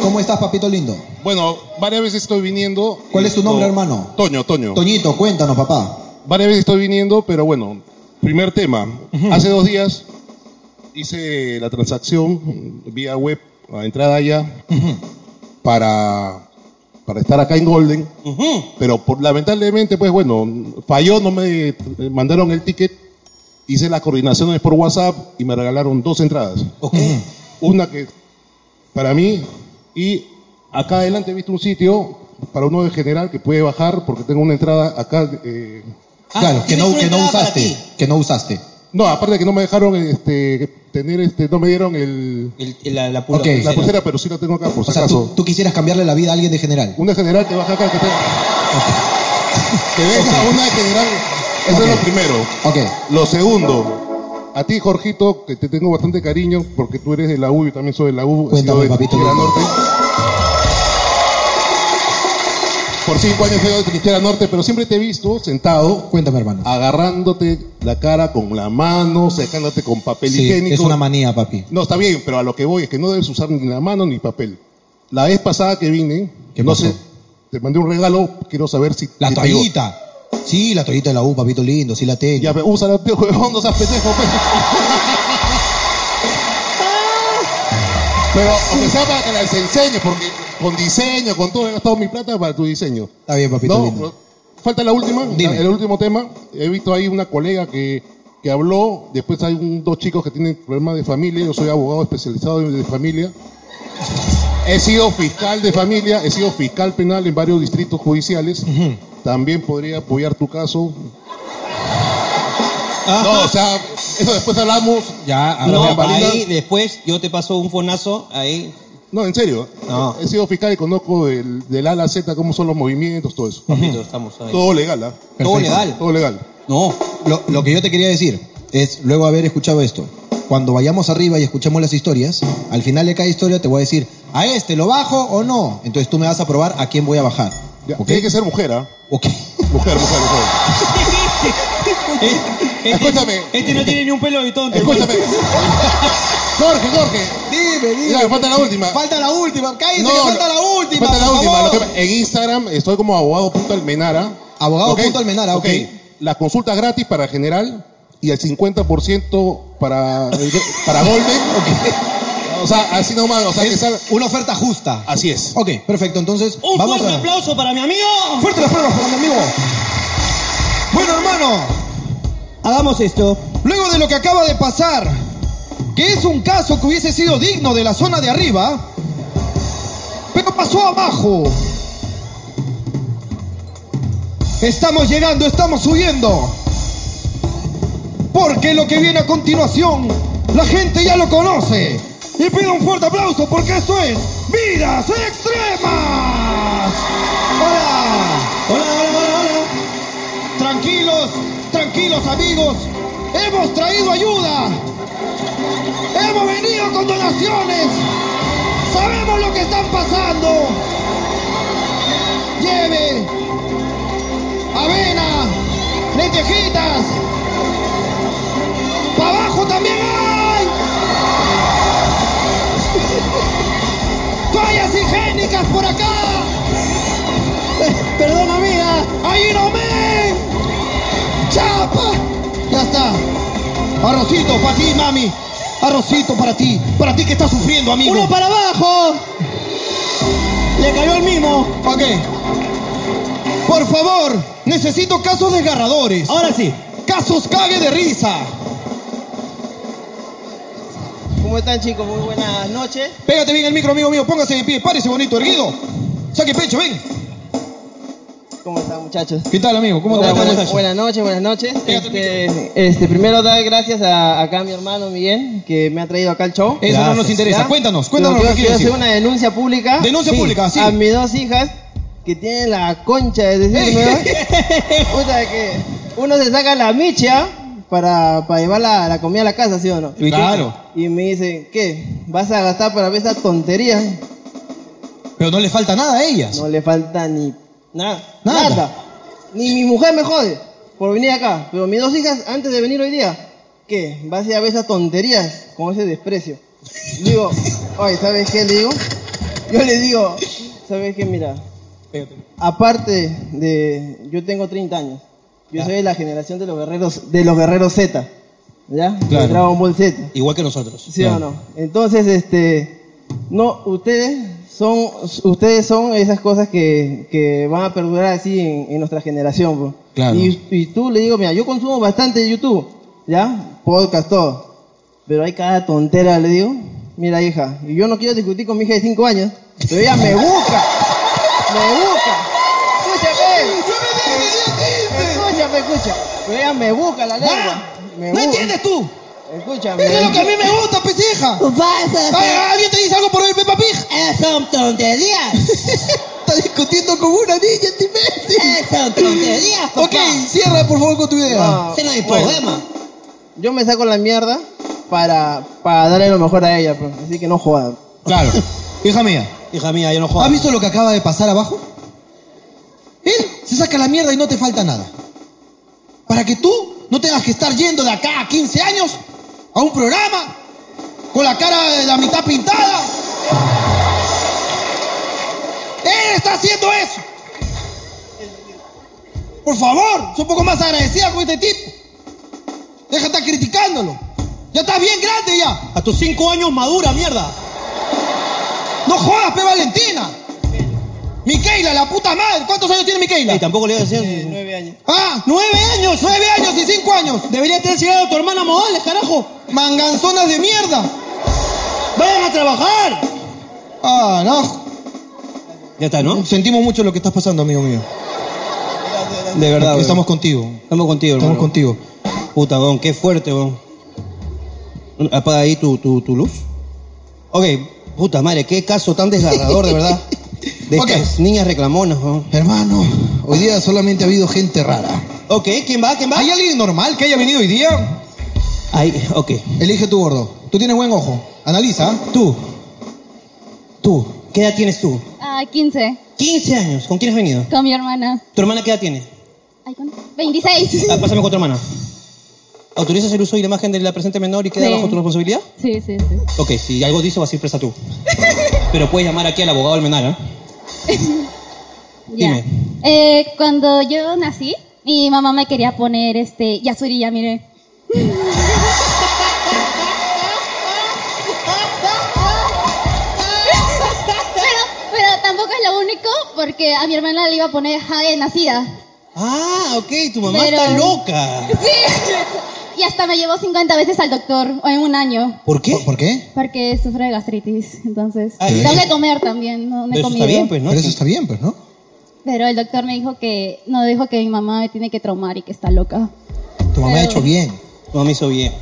Speaker 6: ¿Cómo estás, papito lindo?
Speaker 10: Bueno, varias veces estoy viniendo.
Speaker 6: ¿Cuál
Speaker 10: y
Speaker 6: es tu nombre,
Speaker 10: to-
Speaker 6: hermano?
Speaker 10: Toño, Toño.
Speaker 6: Toñito, cuéntanos, papá.
Speaker 10: Varias veces estoy viniendo, pero bueno, primer tema. Hace dos días hice la transacción vía web, a entrada allá, para, para estar acá en Golden. Pero por, lamentablemente, pues bueno, falló, no me eh, mandaron el ticket. Hice las coordinaciones por WhatsApp y me regalaron dos entradas. Una que para mí y acá adelante he visto un sitio para uno de general que puede bajar porque tengo una entrada acá. eh,
Speaker 1: Ah,
Speaker 6: claro, que
Speaker 1: tienes
Speaker 6: no,
Speaker 1: una
Speaker 6: que no
Speaker 1: entrada para
Speaker 6: usaste.
Speaker 1: ti.
Speaker 6: Que no usaste.
Speaker 10: no, aparte de que no me dejaron este, tener, este, no me dieron el,
Speaker 1: El- la, la pulga.
Speaker 6: Ok.
Speaker 10: la pulsera, pero sí la tengo acá por si
Speaker 6: O sea,
Speaker 10: acaso.
Speaker 6: tú, tú quisieras cambiarle la vida a alguien de general.
Speaker 10: Una de general te baja acá que te, que venga una de general. Eso es lo primero.
Speaker 6: Ok.
Speaker 10: Lo segundo, a ti, Jorgito, que te tengo bastante cariño porque tú eres de la U, yo también soy de la U. he
Speaker 6: Cuéntame,
Speaker 10: sido de
Speaker 6: papito
Speaker 10: Trinchera
Speaker 6: lindo.
Speaker 10: Norte. Por cinco años he sido de Trinchera Norte, pero siempre te he visto sentado,
Speaker 6: Cuéntame, hermano.
Speaker 10: agarrándote la cara con la mano, secándote con papel
Speaker 6: Sí,
Speaker 10: higiénico.
Speaker 6: es una manía, papi.
Speaker 10: No, está bien, pero a lo que voy es que no debes usar ni la mano ni papel. La vez pasada que vine,
Speaker 6: ¿Qué
Speaker 10: no
Speaker 6: pasó?
Speaker 10: sé, te mandé un regalo, quiero saber si...
Speaker 6: La
Speaker 10: si te llegó.
Speaker 6: toallita. Sí, la toallita de la U, papito lindo, sí la tengo.
Speaker 10: Ya, pero úsala, tío, huevón, no seas pendejo, pues. Pero, aunque sea para que las enseñe, porque con diseño, con todo, he gastado mi plata para tu diseño.
Speaker 6: Está bien, papito
Speaker 10: No,
Speaker 6: lindo.
Speaker 10: falta la última, la-
Speaker 6: Dime.
Speaker 10: el último tema. He visto ahí una colega que, que habló, después hay un- dos chicos que tienen problemas de familia, yo soy abogado especializado de, de familia. He sido fiscal de familia, he sido fiscal penal en varios distritos judiciales. También podría apoyar tu caso. No, o sea, eso después hablamos.
Speaker 6: Ya, ahora
Speaker 10: No,
Speaker 1: No,
Speaker 10: Marina.
Speaker 1: ahí después yo te paso un fonazo ahí.
Speaker 10: No, en serio.
Speaker 1: No.
Speaker 10: He sido fiscal y conozco del, del A a la Z cómo son los movimientos, todo eso.
Speaker 1: Papito, estamos ahí.
Speaker 10: Todo legal, ¿ah?
Speaker 1: Todo
Speaker 6: Perfecto.
Speaker 1: legal.
Speaker 10: Todo legal.
Speaker 1: No.
Speaker 6: Lo, lo que yo te quería decir es, luego de haber escuchado esto, cuando vayamos arriba y escuchemos las historias, al final de cada historia te voy a decir, ¿a este lo bajo o no? Entonces tú me vas a probar a quién voy a bajar.
Speaker 10: Ya,
Speaker 6: ¿Ok?
Speaker 10: Tiene que ser mujer, ¿ah?
Speaker 6: Ok.
Speaker 10: Mujer, mujer, mujer.
Speaker 1: Este,
Speaker 10: Escúchame.
Speaker 1: Este no tiene ni un pelo de tonto.
Speaker 10: Escúchame. Jorge, Jorge.
Speaker 6: Dime, dime.
Speaker 10: Ya, falta la última.
Speaker 6: Falta la última. Cállese, que falta la última.
Speaker 10: Falta la
Speaker 6: por
Speaker 10: última.
Speaker 6: favor.
Speaker 10: Lo que- en Instagram estoy como abogado.almenara.
Speaker 6: Abogado
Speaker 10: ¿ok?
Speaker 6: punto Almenara, ok.
Speaker 10: Las consultas gratis para general y el 50% para, para Golden. O sea, así nomás. O sea, que
Speaker 6: Es
Speaker 10: salga-
Speaker 6: una oferta justa.
Speaker 10: Así es.
Speaker 6: Ok, perfecto. Entonces,
Speaker 1: Un
Speaker 6: vamos
Speaker 1: fuerte
Speaker 6: a...
Speaker 1: aplauso para mi amigo.
Speaker 6: Fuerte las pruebas para mi amigo. Bueno, hermano,
Speaker 1: Hagamos esto.
Speaker 6: luego de lo que acaba de pasar, que es un caso que hubiese sido digno de la zona de arriba, pero pasó abajo. Estamos llegando, estamos subiendo. Porque lo que viene a continuación, la gente ya lo conoce. Y pido un fuerte aplauso porque esto es Vidas Extremas. ¡Hola!
Speaker 1: Hola, hola, hola, hola.
Speaker 6: Tranquilos, tranquilos amigos, hemos traído ayuda. Hemos venido con donaciones. Sabemos lo que están pasando. Lleve avena, lentejitas. Para abajo también hay. Toallas higiénicas por acá. Perdón, amiga. no me ¡Chapa! Ya está. Arrocito para ti, mami. Arrocito para ti. Para ti que estás sufriendo, amigo.
Speaker 1: Uno para abajo. Le cayó el mismo.
Speaker 6: Ok. Por favor, necesito casos desgarradores.
Speaker 1: Ahora sí.
Speaker 6: Casos cague de risa.
Speaker 3: ¿Cómo están, chicos? Muy buenas noches.
Speaker 6: Pégate bien el micro, amigo mío. Póngase de pie. Párese bonito, erguido. Saque pecho, ven.
Speaker 3: ¿Cómo están, muchachos?
Speaker 6: ¿Qué tal, amigo? ¿Cómo te
Speaker 3: Hola,
Speaker 6: va?
Speaker 3: buenas,
Speaker 6: Buenas-
Speaker 3: buenas noches, buenas noches.
Speaker 6: Pégate el
Speaker 3: Este, este, primero dar gracias a, acá a mi hermano Miguel, que me ha traído acá al show.
Speaker 6: Eso no nos interesa.
Speaker 3: ¿Ya?
Speaker 6: Cuéntanos, cuéntanos
Speaker 3: Yo
Speaker 6: lo que
Speaker 3: quiero-
Speaker 6: quieres
Speaker 3: quiero hacer
Speaker 6: decir.
Speaker 3: una denuncia pública.
Speaker 6: Denuncia pública, sí.
Speaker 3: A mis dos hijas que tiene la concha de decirme, ¿no? O sea, que uno se saca la micha para, para llevar la, la comida a la casa, ¿sí o no?
Speaker 2: Claro.
Speaker 3: Y me dicen, ¿qué? ¿Vas a gastar para ver esa tontería?
Speaker 2: Pero no le falta nada a ellas.
Speaker 3: No le falta ni nada.
Speaker 2: Nada.
Speaker 3: Nada. Ni mi mujer me jode por venir acá. Pero mis dos hijas, antes de venir hoy día, ¿qué? Vas a ir a ver esas tonterías con ese desprecio. Digo, oye, ¿sabes qué le digo? Yo le digo, ¿sabes qué? Mira, aparte de. Yo tengo 30 años. Yo soy de la generación de los guerreros, de los guerreros Z. ¿Ya?
Speaker 2: Claro.
Speaker 3: De Dragon Ball Z.
Speaker 2: Igual que nosotros.
Speaker 3: ¿Sí o no? Entonces, este, no, ustedes son, ustedes son esas cosas que, que van a perdurar así en, en nuestra generación, bro.
Speaker 2: Claro.
Speaker 3: Y, y tú le digo, mira, yo consumo bastante YouTube, ¿ya? Podcast, todo. Pero hay cada tontera, le digo. Mira, hija, y yo no quiero discutir con mi hija de 5 años, pero ella me busca. Me busca. Escúchame. Escúchame, escucha. Pero ella me busca la lengua. Me
Speaker 2: Ah, ¿No
Speaker 3: busca.
Speaker 2: entiendes tú?
Speaker 3: Escúchame.
Speaker 2: Eso es lo que a mí me gusta, pesija. ¿Alguien te dice algo por hoy, Peppa Pig?
Speaker 1: Son tonterías.
Speaker 2: Está discutiendo con una niña, este imbécil.
Speaker 1: Son tonterías, papá.
Speaker 2: Ok, cierra por favor con tu idea.
Speaker 3: No,
Speaker 1: Ese no es
Speaker 3: bueno.
Speaker 1: problema.
Speaker 3: Yo me saco la mierda para, para darle lo mejor a ella, pues. así que no jodan.
Speaker 2: Claro. Hija mía,
Speaker 6: Hija mía, yo no
Speaker 2: ¿has
Speaker 6: jodas.
Speaker 2: visto lo que acaba de pasar abajo? Él se saca la mierda y no te falta nada. Para que tú no tengas que estar yendo de acá a 15 años a un programa con la cara de la mitad pintada. Él está haciendo eso. Por favor, soy un poco más agradecida con este tipo. Deja de estar criticándolo. Ya estás bien grande ya.
Speaker 6: A tus cinco años madura, mierda.
Speaker 2: No jodas, pe Valentina. Miquela, la puta madre. ¿Cuántos años tiene Miquela?
Speaker 6: Y tampoco le voy a decir.
Speaker 3: Nueve años.
Speaker 2: Ah, nueve años. Nueve años y cinco años.
Speaker 6: Debería tener llegado tu hermana modales, carajo.
Speaker 2: Manganzonas de mierda.
Speaker 6: ¡Vayan a trabajar!
Speaker 2: Ah, no.
Speaker 6: Ya está, ¿no?
Speaker 2: Sentimos mucho lo que estás pasando, amigo mío.
Speaker 6: De verdad, weón.
Speaker 2: Estamos contigo.
Speaker 6: Estamos contigo, hermano.
Speaker 2: Estamos contigo.
Speaker 6: Puta, weón, qué fuerte, weón. Apaga ahí tu, tu, tu luz. Ok, puta madre, qué caso tan desgarrador, de verdad. De
Speaker 2: Ok.
Speaker 6: estas niñas reclamonas, weón.
Speaker 2: Hermano, hoy día solamente ha habido gente rara.
Speaker 6: Ok, ¿quién va? ¿Quién va?
Speaker 2: ¿Hay alguien normal que haya venido hoy día?
Speaker 6: Ahí, ok.
Speaker 2: Elige tu gordo. Tú tienes buen ojo. Analiza. ¿ah?
Speaker 6: Tú. Tú. ¿Qué edad tienes tú?
Speaker 8: Ah, 15.
Speaker 6: 15 años. ¿Con quién has venido?
Speaker 8: Con mi hermana.
Speaker 6: ¿Tu hermana qué edad tiene?
Speaker 8: Ay, ¿cuánto? 26.
Speaker 6: Ah, pásame con tu hermana. ¿Autorizas el uso y la imagen de la presente menor y queda
Speaker 8: Sí.
Speaker 6: bajo tu responsabilidad?
Speaker 8: Sí, sí, sí.
Speaker 6: Ok, si algo dice, vas a ir presa tú. Pero puedes llamar aquí al abogado del Menal, ¿eh?
Speaker 8: Ya.
Speaker 6: Dime.
Speaker 8: Eh, cuando yo nací, mi mamá me quería poner este Yasuri, ya mire. pero, pero tampoco es lo único, porque a mi hermana le iba a poner Jade nacida.
Speaker 6: Ah, ok, tu mamá
Speaker 8: Pero-
Speaker 6: está loca.
Speaker 8: Sí. Y hasta me llevó 50 veces al doctor en un año.
Speaker 6: ¿Por qué?
Speaker 2: ¿Por, por qué?
Speaker 8: Porque sufre de gastritis, entonces.
Speaker 6: Ay,
Speaker 8: tengo que comer también, no, no he
Speaker 6: Pero eso
Speaker 8: comido.
Speaker 6: está bien, pues, ¿no?
Speaker 2: Pero eso está bien, pues, ¿no?
Speaker 8: Pero el doctor me dijo que no dijo que mi mamá me tiene que traumar y que está loca.
Speaker 2: Tu mamá ha
Speaker 8: Pero-
Speaker 2: hecho bien.
Speaker 6: Tu mamá hizo bien.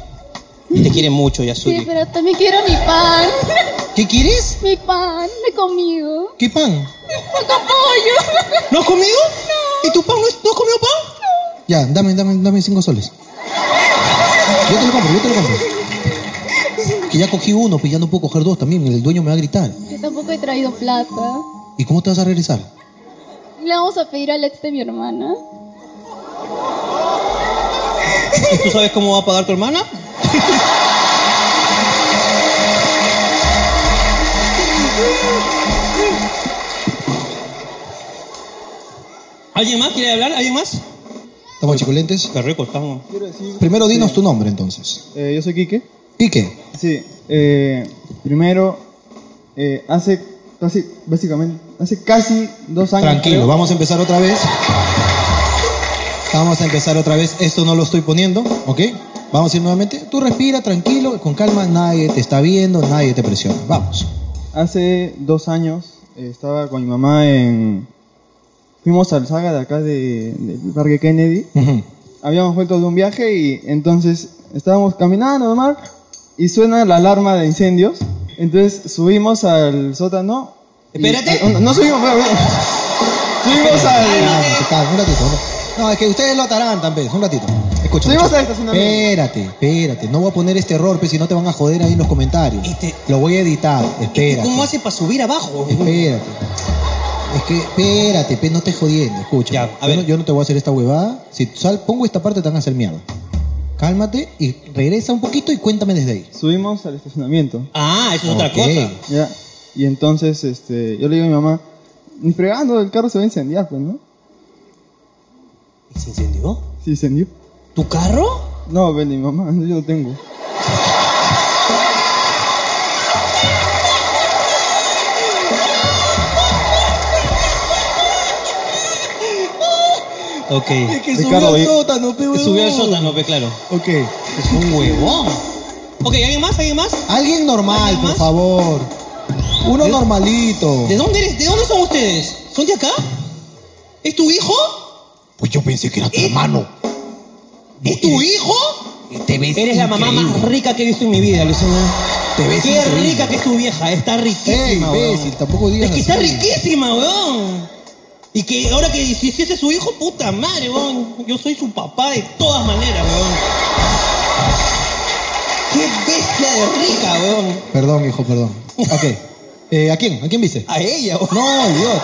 Speaker 6: Y te quiere mucho, Yasuri.
Speaker 8: Sí, pero también quiero mi pan.
Speaker 2: ¿Qué quieres?
Speaker 8: mi pan, no he comido.
Speaker 2: ¿Qué pan?
Speaker 8: Poco pollo.
Speaker 6: ¿No has comido? No. ¿Y tu pan no, es- no has comido pan?
Speaker 2: Ya, dame, dame, dame cinco soles. Yo te lo compro, yo te lo compro. Que ya cogí uno, pues ya no puedo coger dos también. El dueño me va a gritar.
Speaker 8: Yo tampoco he traído plata.
Speaker 2: ¿Y cómo te vas a regresar?
Speaker 8: Le vamos a pedir al ex de mi hermana.
Speaker 6: ¿Y tú sabes cómo va a pagar tu hermana? ¿Alguien más quiere hablar? ¿Alguien más?
Speaker 2: Estamos chicolentes.
Speaker 6: Qué rico estamos.
Speaker 2: Primero dinos tu nombre entonces.
Speaker 9: Eh, yo soy Quique.
Speaker 2: ¿Y qué?
Speaker 9: Sí, eh, primero, eh, hace casi, básicamente, hace casi dos años.
Speaker 2: Tranquilo,
Speaker 9: creo,
Speaker 2: vamos a empezar otra vez. Vamos a empezar otra vez. Esto no lo estoy poniendo, ¿ok? Vamos a ir nuevamente. Tú respira tranquilo, con calma. Nadie te está viendo, nadie te presiona. Vamos.
Speaker 9: Hace dos años eh, estaba con mi mamá en. Fuimos al saga de acá de- del Parque Kennedy.
Speaker 2: Ujú.
Speaker 9: Habíamos vuelto de un viaje y entonces estábamos caminando normal y suena la alarma de incendios. Entonces subimos al sótano. y-
Speaker 6: Espérate.
Speaker 9: ah, no, no subimos, pero-
Speaker 11: Subimos al.
Speaker 2: Calma, Ah, un ratito. un ratito. No, es que ustedes lo atarantan, pues, un ratito. Escucha.
Speaker 11: Subimos
Speaker 2: muchacho.
Speaker 11: al estacionamiento.
Speaker 2: Espérate, espérate. No voy a poner este error, pues, si no te van a joder ahí en los comentarios. Lo voy a editar. Espérate.
Speaker 1: ¿Cómo hace para subir abajo?
Speaker 2: Espérate. Es que, espérate, pe, no te jodiendo, escucha.
Speaker 1: Ya, a
Speaker 2: yo,
Speaker 1: ver.
Speaker 2: no, yo no te voy a hacer esta huevada. Si sal, pongo esta parte, te van a hacer mierda. Cálmate y regresa un poquito y cuéntame desde ahí.
Speaker 9: Subimos al estacionamiento.
Speaker 1: Ah, eso es otra
Speaker 2: Ok.
Speaker 1: cosa.
Speaker 9: Ya. Y entonces, este, yo le digo a mi mamá, ni fregando, el carro se va a incendiar, pues, ¿no?
Speaker 1: ¿Y se incendió?
Speaker 9: Se incendió.
Speaker 1: ¿Tu carro?
Speaker 9: No, ven, mi mamá, yo no tengo.
Speaker 1: Ok.
Speaker 2: que
Speaker 9: subió Ricardo, al ¿eh?
Speaker 2: sótano,
Speaker 1: Subió al sótano, pues claro.
Speaker 2: Ok.
Speaker 1: Es un huevón. Ok, ¿alguien más? ¿Alguien más?
Speaker 2: Alguien normal,
Speaker 1: ¿Alguien
Speaker 2: por
Speaker 1: más?
Speaker 2: favor. Uno normalito.
Speaker 1: ¿De dónde eres? ¿De dónde son ustedes? ¿Son de acá? ¿Es tu hijo?
Speaker 12: Pues yo pensé que era tu
Speaker 1: ¿Eh?
Speaker 12: hermano.
Speaker 1: ¿Es tu hijo?
Speaker 12: Te ves
Speaker 1: Eres la mamá más
Speaker 12: increíble.
Speaker 1: rica que he visto en mi vida, Luciana.
Speaker 12: Te ves
Speaker 1: Qué
Speaker 12: increíble.
Speaker 1: rica que es tu vieja, está
Speaker 2: Ey,
Speaker 1: riquísima. weón.
Speaker 2: imbécil, tampoco digas
Speaker 1: Es que
Speaker 2: así.
Speaker 1: está riquísima, weón. Y que ahora que si si ese es su hijo, puta madre, weón. Yo soy su papá de todas maneras, weón. Qué bestia de rica, weón.
Speaker 2: Perdón, hijo, perdón. Ok. Eh, ¿A quién? ¿A quién viste?
Speaker 1: A ella, weón.
Speaker 2: No, Dios.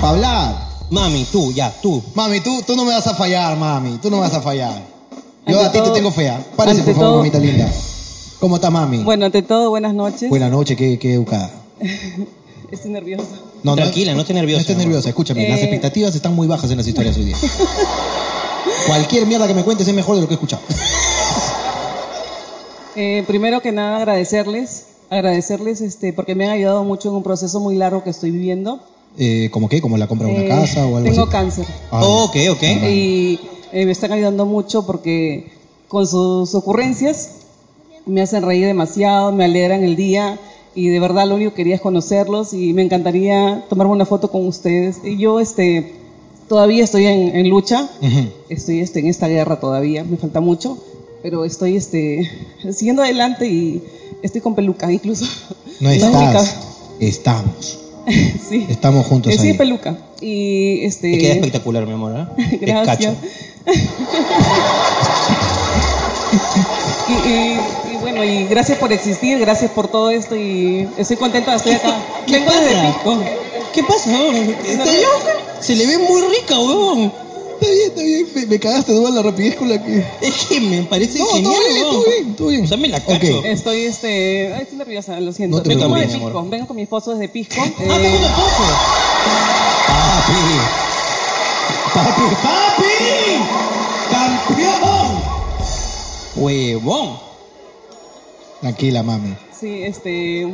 Speaker 2: Para hablar.
Speaker 1: Mami, tú, ya, tú.
Speaker 2: Mami, tú, tú no me vas a fallar, mami. Tú no me vas a fallar. Yo
Speaker 13: Ante
Speaker 2: a ti te
Speaker 13: todo-
Speaker 2: tengo fea. Párese,
Speaker 13: ante
Speaker 2: por favor,
Speaker 13: todo-
Speaker 2: mamita linda. ¿Cómo está, mami?
Speaker 13: Bueno, ante todo, buenas noches.
Speaker 2: Buenas noches, qué, qué educada.
Speaker 13: Estoy nerviosa.
Speaker 2: No, no-
Speaker 1: Tranquila, no estés nerviosa,
Speaker 2: No estés
Speaker 1: mi amor.
Speaker 2: nerviosa, escúchame. Las
Speaker 13: Eh.
Speaker 2: expectativas están muy bajas en las historias hoy día. Cualquier mierda que me cuentes es mejor de lo que he escuchado.
Speaker 13: Eh, primero que nada, agradecerles. Agradecerles este, porque me han ayudado mucho en un proceso muy largo que estoy viviendo.
Speaker 2: Eh, ¿Cómo qué? ¿Como la compra de una
Speaker 13: Eh,
Speaker 2: casa o algo
Speaker 13: Tengo
Speaker 2: así? Ah,
Speaker 13: cáncer.
Speaker 2: Ay,
Speaker 1: ok, ok.
Speaker 13: Y eh, me están ayudando mucho porque con sus ocurrencias me hacen reír demasiado, me alegran el día y de verdad lo único que quería es conocerlos y me encantaría tomarme una foto con ustedes. Y yo este, todavía estoy en, en lucha, estoy este, en esta guerra todavía, me falta mucho, pero estoy este, siguiendo adelante y estoy con peluca incluso.
Speaker 2: No
Speaker 13: es mi
Speaker 2: estás.
Speaker 13: cabeza.
Speaker 2: Estamos.
Speaker 13: sí.
Speaker 2: Estamos juntos
Speaker 13: Eh, sí,
Speaker 2: ahí.
Speaker 13: peluca. Y este...
Speaker 1: Te queda espectacular, mi amor, ¿eh? Te
Speaker 13: Gracias.
Speaker 1: cacho.
Speaker 13: y, y- y bueno, y gracias por existir, gracias por todo esto y estoy contenta de estar acá.
Speaker 1: ¿Qué
Speaker 13: Vengo desde
Speaker 1: pasa?
Speaker 13: Pico.
Speaker 1: ¿Qué pasa, weón? Está-
Speaker 13: ¿Nerviosa?
Speaker 1: Se le ve muy rica, weón.
Speaker 2: Está bien, está bien. Me, me cagaste duda la rapidez con la que.
Speaker 1: Es que me parece
Speaker 2: No, todo
Speaker 1: genial,
Speaker 2: bien,
Speaker 1: weón.
Speaker 2: todo bien, todo bien.
Speaker 1: O sea, me la
Speaker 2: Ok.
Speaker 1: cacho.
Speaker 13: Estoy, este, ay, estoy nerviosa, lo siento.
Speaker 2: No te
Speaker 13: Vengo de
Speaker 2: preocupes,
Speaker 1: mi
Speaker 13: Pisco,
Speaker 1: amor.
Speaker 13: vengo con mi esposo desde Pisco.
Speaker 1: Ah,
Speaker 13: Eh,
Speaker 1: tengo un esposo.
Speaker 2: Papi. Papi. Papi. Campeón.
Speaker 1: Huevón.
Speaker 2: Tranquila, mami.
Speaker 13: Sí, este,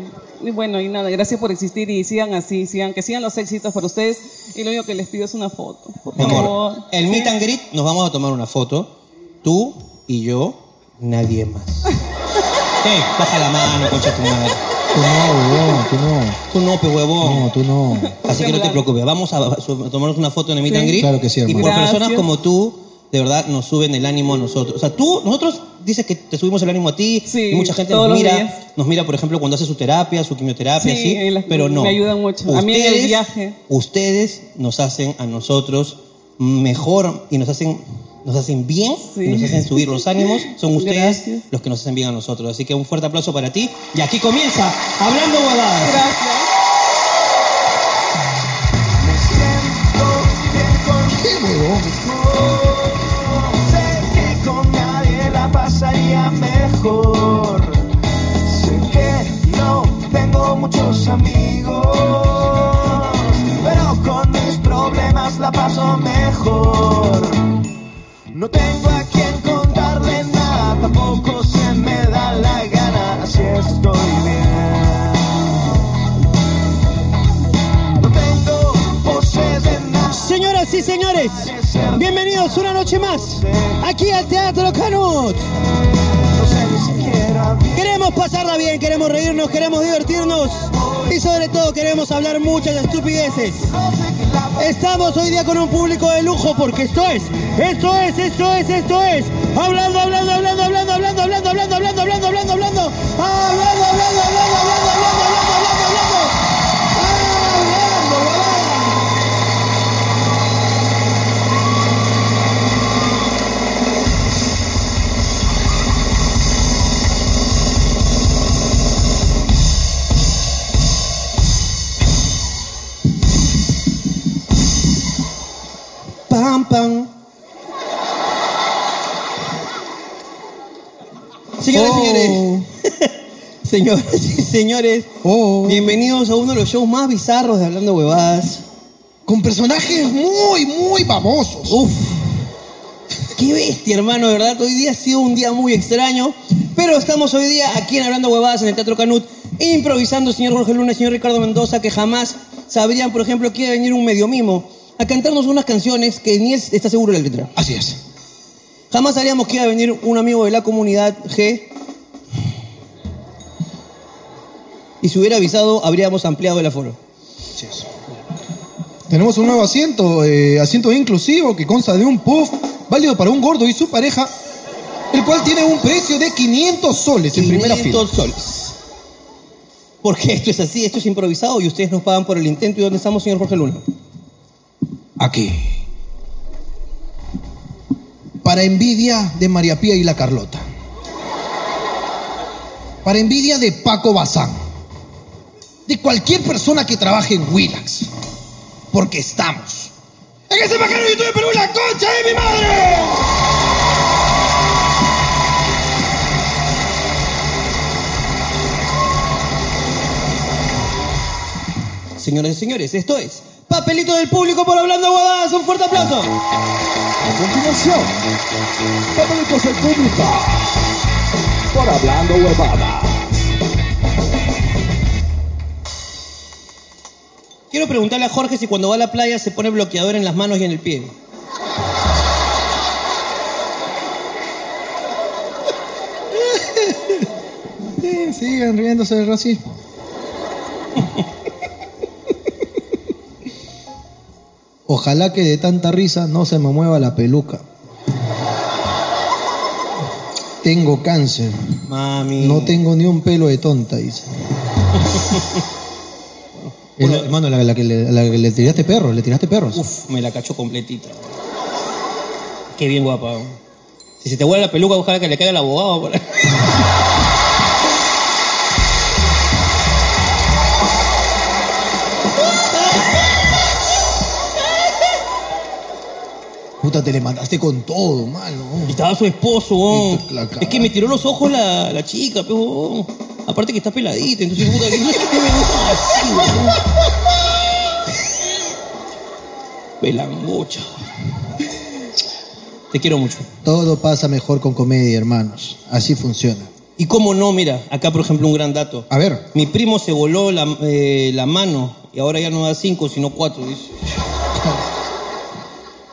Speaker 13: y bueno, y nada, gracias por existir y sigan así, sigan, que sigan los éxitos para ustedes y lo único que les pido es una foto, por
Speaker 1: Mi
Speaker 13: favor.
Speaker 1: amor, el meet and greet nos vamos a tomar una foto. Tú y yo, nadie más. Ey, baja la mano, concha tu madre.
Speaker 2: Tú no, huevón, tú no.
Speaker 1: Tú no, pe huevón.
Speaker 2: No, tú no.
Speaker 1: Así que no te preocupes. Vamos a, a tomarnos una foto en el meet
Speaker 13: Sí.
Speaker 1: and greet.
Speaker 2: Claro que sí,
Speaker 1: Y
Speaker 2: hermano.
Speaker 1: por personas
Speaker 13: Gracias.
Speaker 1: como tú, de verdad, nos suben el ánimo a nosotros. O sea, tú, nosotros dices que te subimos el ánimo a ti.
Speaker 13: Sí,
Speaker 1: y mucha gente
Speaker 13: todos
Speaker 1: nos
Speaker 13: los
Speaker 1: mira.
Speaker 13: días.
Speaker 1: Nos mira, por ejemplo, cuando hace su terapia, su quimioterapia,
Speaker 13: Sí,
Speaker 1: así.
Speaker 13: en las-
Speaker 1: pero no.
Speaker 13: me ayudan mucho. A mí en el viaje.
Speaker 1: Ustedes nos hacen a nosotros mejor y nos hacen. Nos hacen bien,
Speaker 13: Sí.
Speaker 1: y nos hacen subir los ánimos. Son ustedes
Speaker 13: Gracias.
Speaker 1: los que nos hacen bien a nosotros. Así que un fuerte aplauso para ti. Y aquí comienza Hablando Huevadas.
Speaker 13: Gracias.
Speaker 2: Qué huevón.
Speaker 6: Sé que con nadie la pasaría mejor. Sé que no tengo muchos amigos, pero con mis problemas la paso mejor. No tengo a quien contarle nada, tampoco se me da la gana, así estoy bien. No tengo poses de nada.
Speaker 1: Señoras y señores, bienvenidos una noche más aquí al Teatro Canut.
Speaker 6: No sé ni siquiera bien
Speaker 1: Queremos pasarla bien, queremos reírnos, queremos divertirnos y sobre todo queremos hablar muchas estupideces. Estamos hoy día con un público de lujo porque esto es, esto es, esto es, esto es. Hablando, hablando, hablando, hablando, hablando, hablando, hablando, hablando, hablando, hablando, hablando, hablando, hablando, hablando, hablando, hablando, hablando, hablando, hablando, hablando.
Speaker 2: pan.
Speaker 1: Señoras
Speaker 2: Oh.
Speaker 1: y señores. Señoras y señores.
Speaker 2: Oh.
Speaker 1: Bienvenidos a uno de los shows más bizarros de Hablando Huevadas.
Speaker 2: Con personajes muy, muy famosos.
Speaker 1: Uf. Qué bestia, hermano, de verdad. Hoy día ha sido un día muy extraño. Pero estamos hoy día aquí en Hablando Huevadas en el Teatro Canut, improvisando, señor Jorge Luna, señor Ricardo Mendoza, que jamás sabrían, por ejemplo, que iba a venir un medio mimo a cantarnos unas canciones que ni es- está seguro la letra.
Speaker 2: Así es.
Speaker 1: Jamás sabríamos que iba a venir un amigo de la comunidad G. Y si hubiera avisado, habríamos ampliado el aforo.
Speaker 2: Tenemos un nuevo asiento, eh, asiento inclusivo que consta de un puff válido para un gordo y su pareja, el cual tiene un precio de 500 soles en primera fila.
Speaker 1: 500 soles. Porque esto es así, esto es improvisado y ustedes nos pagan por el intento. ¿Y dónde estamos, señor Jorge Luna?
Speaker 2: Aquí. Para envidia de María Pía y la Carlota. Para envidia de Paco Bazán. De cualquier persona que trabaje en Willax. Porque estamos.
Speaker 14: ¡En
Speaker 1: este
Speaker 14: ese pájaro YouTube de Perú, la concha de mi madre!
Speaker 1: Señoras y señores, esto es Papelito del Público por Hablando Guadadas. Un fuerte aplauso.
Speaker 15: A continuación, papelitos del público. Por hablando huevada.
Speaker 1: Quiero preguntarle a Jorge si cuando va a la playa se pone bloqueador en las manos y en el pie.
Speaker 2: Sí, Eh, sigan riéndose del racismo. Ojalá que de tanta risa no se me mueva la peluca. Tengo cáncer.
Speaker 15: Ah,
Speaker 1: Mami.
Speaker 2: No tengo ni un pelo de tonta, dice. Es la- hermano, la, la que le, la que le tiraste perro, le tiraste perros.
Speaker 1: Uf, me la cachó completita. Qué bien guapa. ¿no? Si se te vuelve la peluca, ojalá que le caiga el abogado. por ahí.
Speaker 2: Puta, te le mataste con todo, mano.
Speaker 1: Y estaba su esposo, weón. Es que me tiró los ojos la, la chica, pero Aparte que está peladita, entonces puta que no es que me gusta así, weón. Pelangocha. Te quiero mucho.
Speaker 2: Todo pasa mejor con comedia, hermanos. Así funciona.
Speaker 1: Y cómo no, mira, acá por ejemplo un gran dato.
Speaker 2: A ver.
Speaker 1: Mi primo se voló la, eh, la mano y ahora ya no da cinco, sino cuatro. dice.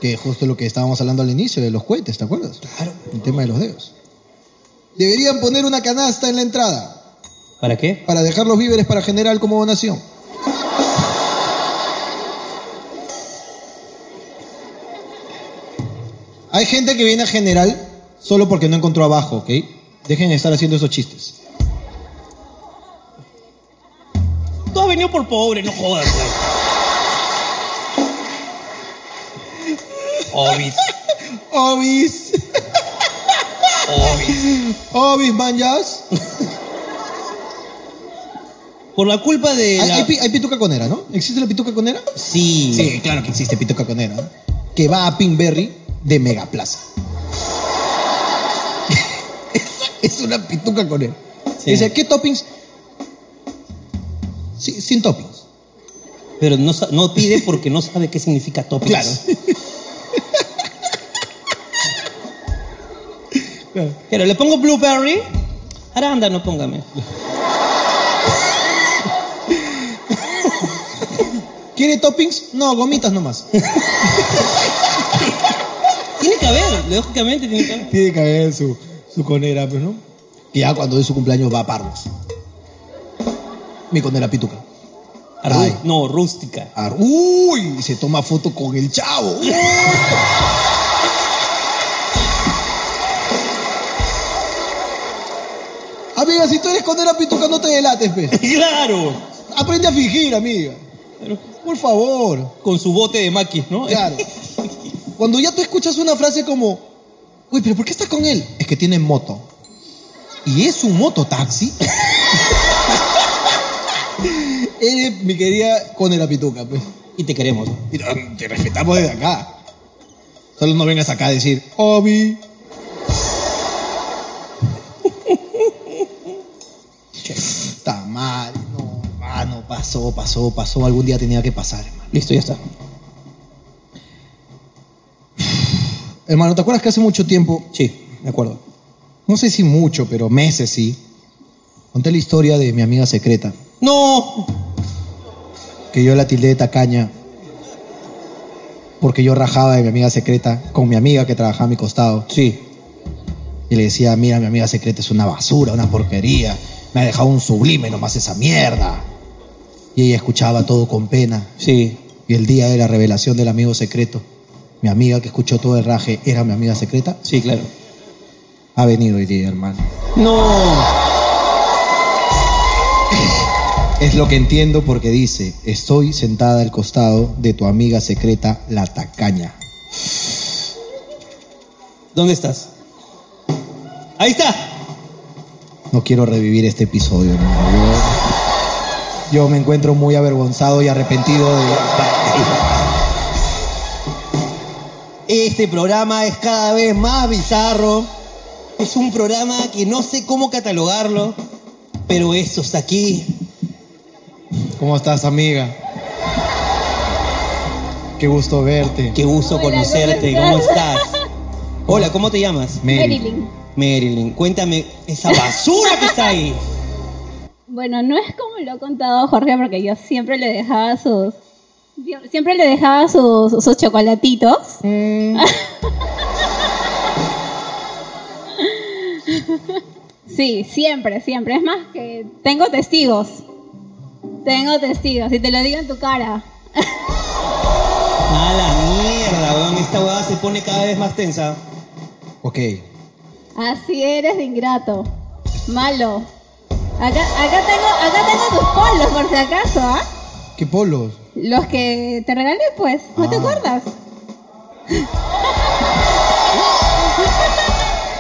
Speaker 2: Que justo lo que estábamos hablando al inicio de los cohetes, ¿te acuerdas? Claro. El tema de los dedos. Deberían poner una canasta en la entrada
Speaker 1: ¿Para qué?
Speaker 2: para dejar los víveres para general como donación. Hay gente que viene a general solo porque no encontró abajo, ¿ok? Dejen de estar haciendo esos chistes.
Speaker 1: Tú has venido por pobre, no jodas, güey. Obis.
Speaker 2: Obis.
Speaker 1: Obis.
Speaker 2: Obis, manjas.
Speaker 1: Por la culpa de.
Speaker 2: Hay,
Speaker 1: la-
Speaker 2: hay pi- hay pituca conera, ¿no? ¿Existe la pituca conera?
Speaker 1: Sí.
Speaker 2: Sí, claro que existe pituca conera. ¿no? Que va a Pinberry de Megaplaza. es una pituca conera. Dice, ¿qué toppings? Sí, sin toppings.
Speaker 1: Pero no, sa- no pide porque no sabe qué significa toppings. Claro. Pero le pongo blueberry. Aranda, no póngame.
Speaker 2: ¿Quiere toppings? No, gomitas nomás.
Speaker 1: Tiene que haber, lógicamente tiene que haber.
Speaker 2: Tiene que haber su, su conera, pues, ¿no? Que ya cuando es su cumpleaños va a parvos. Mi conera pituca.
Speaker 1: Arru- no, rústica.
Speaker 2: Ar- Uy, y se toma foto con el chavo. Uy. Amiga, si tú eres conera pituca, no te delates, pe.
Speaker 1: ¡Claro!
Speaker 2: Aprende a fingir, amiga. Por favor.
Speaker 1: Con su bote de maquis, ¿no?
Speaker 2: Claro. Cuando ya tú escuchas una frase como, uy, pero ¿por qué estás con él? Es que tiene moto. Y es un mototaxi. Eres mi querida conera pituca, pues.
Speaker 1: Y te queremos.
Speaker 2: Y, um, te respetamos desde acá. Solo no vengas acá a decir, Obi. Está mal, no, mano, pasó, pasó, pasó. Algún día tenía que pasar, hermano. Listo, ya está. Hermano, ¿te acuerdas que hace mucho tiempo? Sí, me acuerdo. No sé si mucho, pero meses sí. Conté la historia de mi amiga secreta. ¡No! Que yo la tildé de tacaña porque yo rajaba de mi amiga secreta con mi amiga que trabajaba a mi costado. Sí. Y le decía, mira, mi amiga secreta es una basura, una porquería. Me ha dejado un sublime nomás esa mierda. Y ella escuchaba todo con pena. Sí. Y el día de la revelación del amigo secreto, mi amiga que escuchó todo el raje, ¿era mi amiga secreta? Sí, claro. Ha venido hoy día, hermano.
Speaker 1: No.
Speaker 2: Es lo que entiendo porque dice, estoy sentada al costado de tu amiga secreta, la tacaña.
Speaker 6: ¿Dónde estás? Ahí está.
Speaker 2: No quiero revivir este episodio, hermano. Yo, yo me encuentro muy avergonzado y arrepentido de...
Speaker 1: Este programa es cada vez más bizarro. Es un programa que no sé cómo catalogarlo, pero esto está aquí.
Speaker 2: ¿Cómo estás, amiga? Qué gusto verte.
Speaker 1: Qué gusto
Speaker 2: Hola,
Speaker 1: conocerte.
Speaker 2: ¿cómo
Speaker 1: ¿Cómo
Speaker 2: estás?
Speaker 1: estás? Hola, ¿cómo te llamas?
Speaker 8: Marilyn.
Speaker 1: Marilyn, cuéntame esa basura que está ahí.
Speaker 7: Bueno, no es como lo ha contado Jorge, porque yo siempre le dejaba sus. yo Siempre le dejaba sus, sus chocolatitos. sí, siempre, siempre. Es más Ah, que tengo testigos. Tengo testigos, y te lo digo en tu cara.
Speaker 6: A la mierda, weón. Esta huevada se pone cada vez más tensa.
Speaker 2: Ok.
Speaker 7: Así eres de ingrato. Malo. Acá, acá tengo, acá tengo tus polos, por si acaso, ¿ah?
Speaker 2: ¿Qué polos?
Speaker 7: Los que te regalé, pues. ¿No te acuerdas?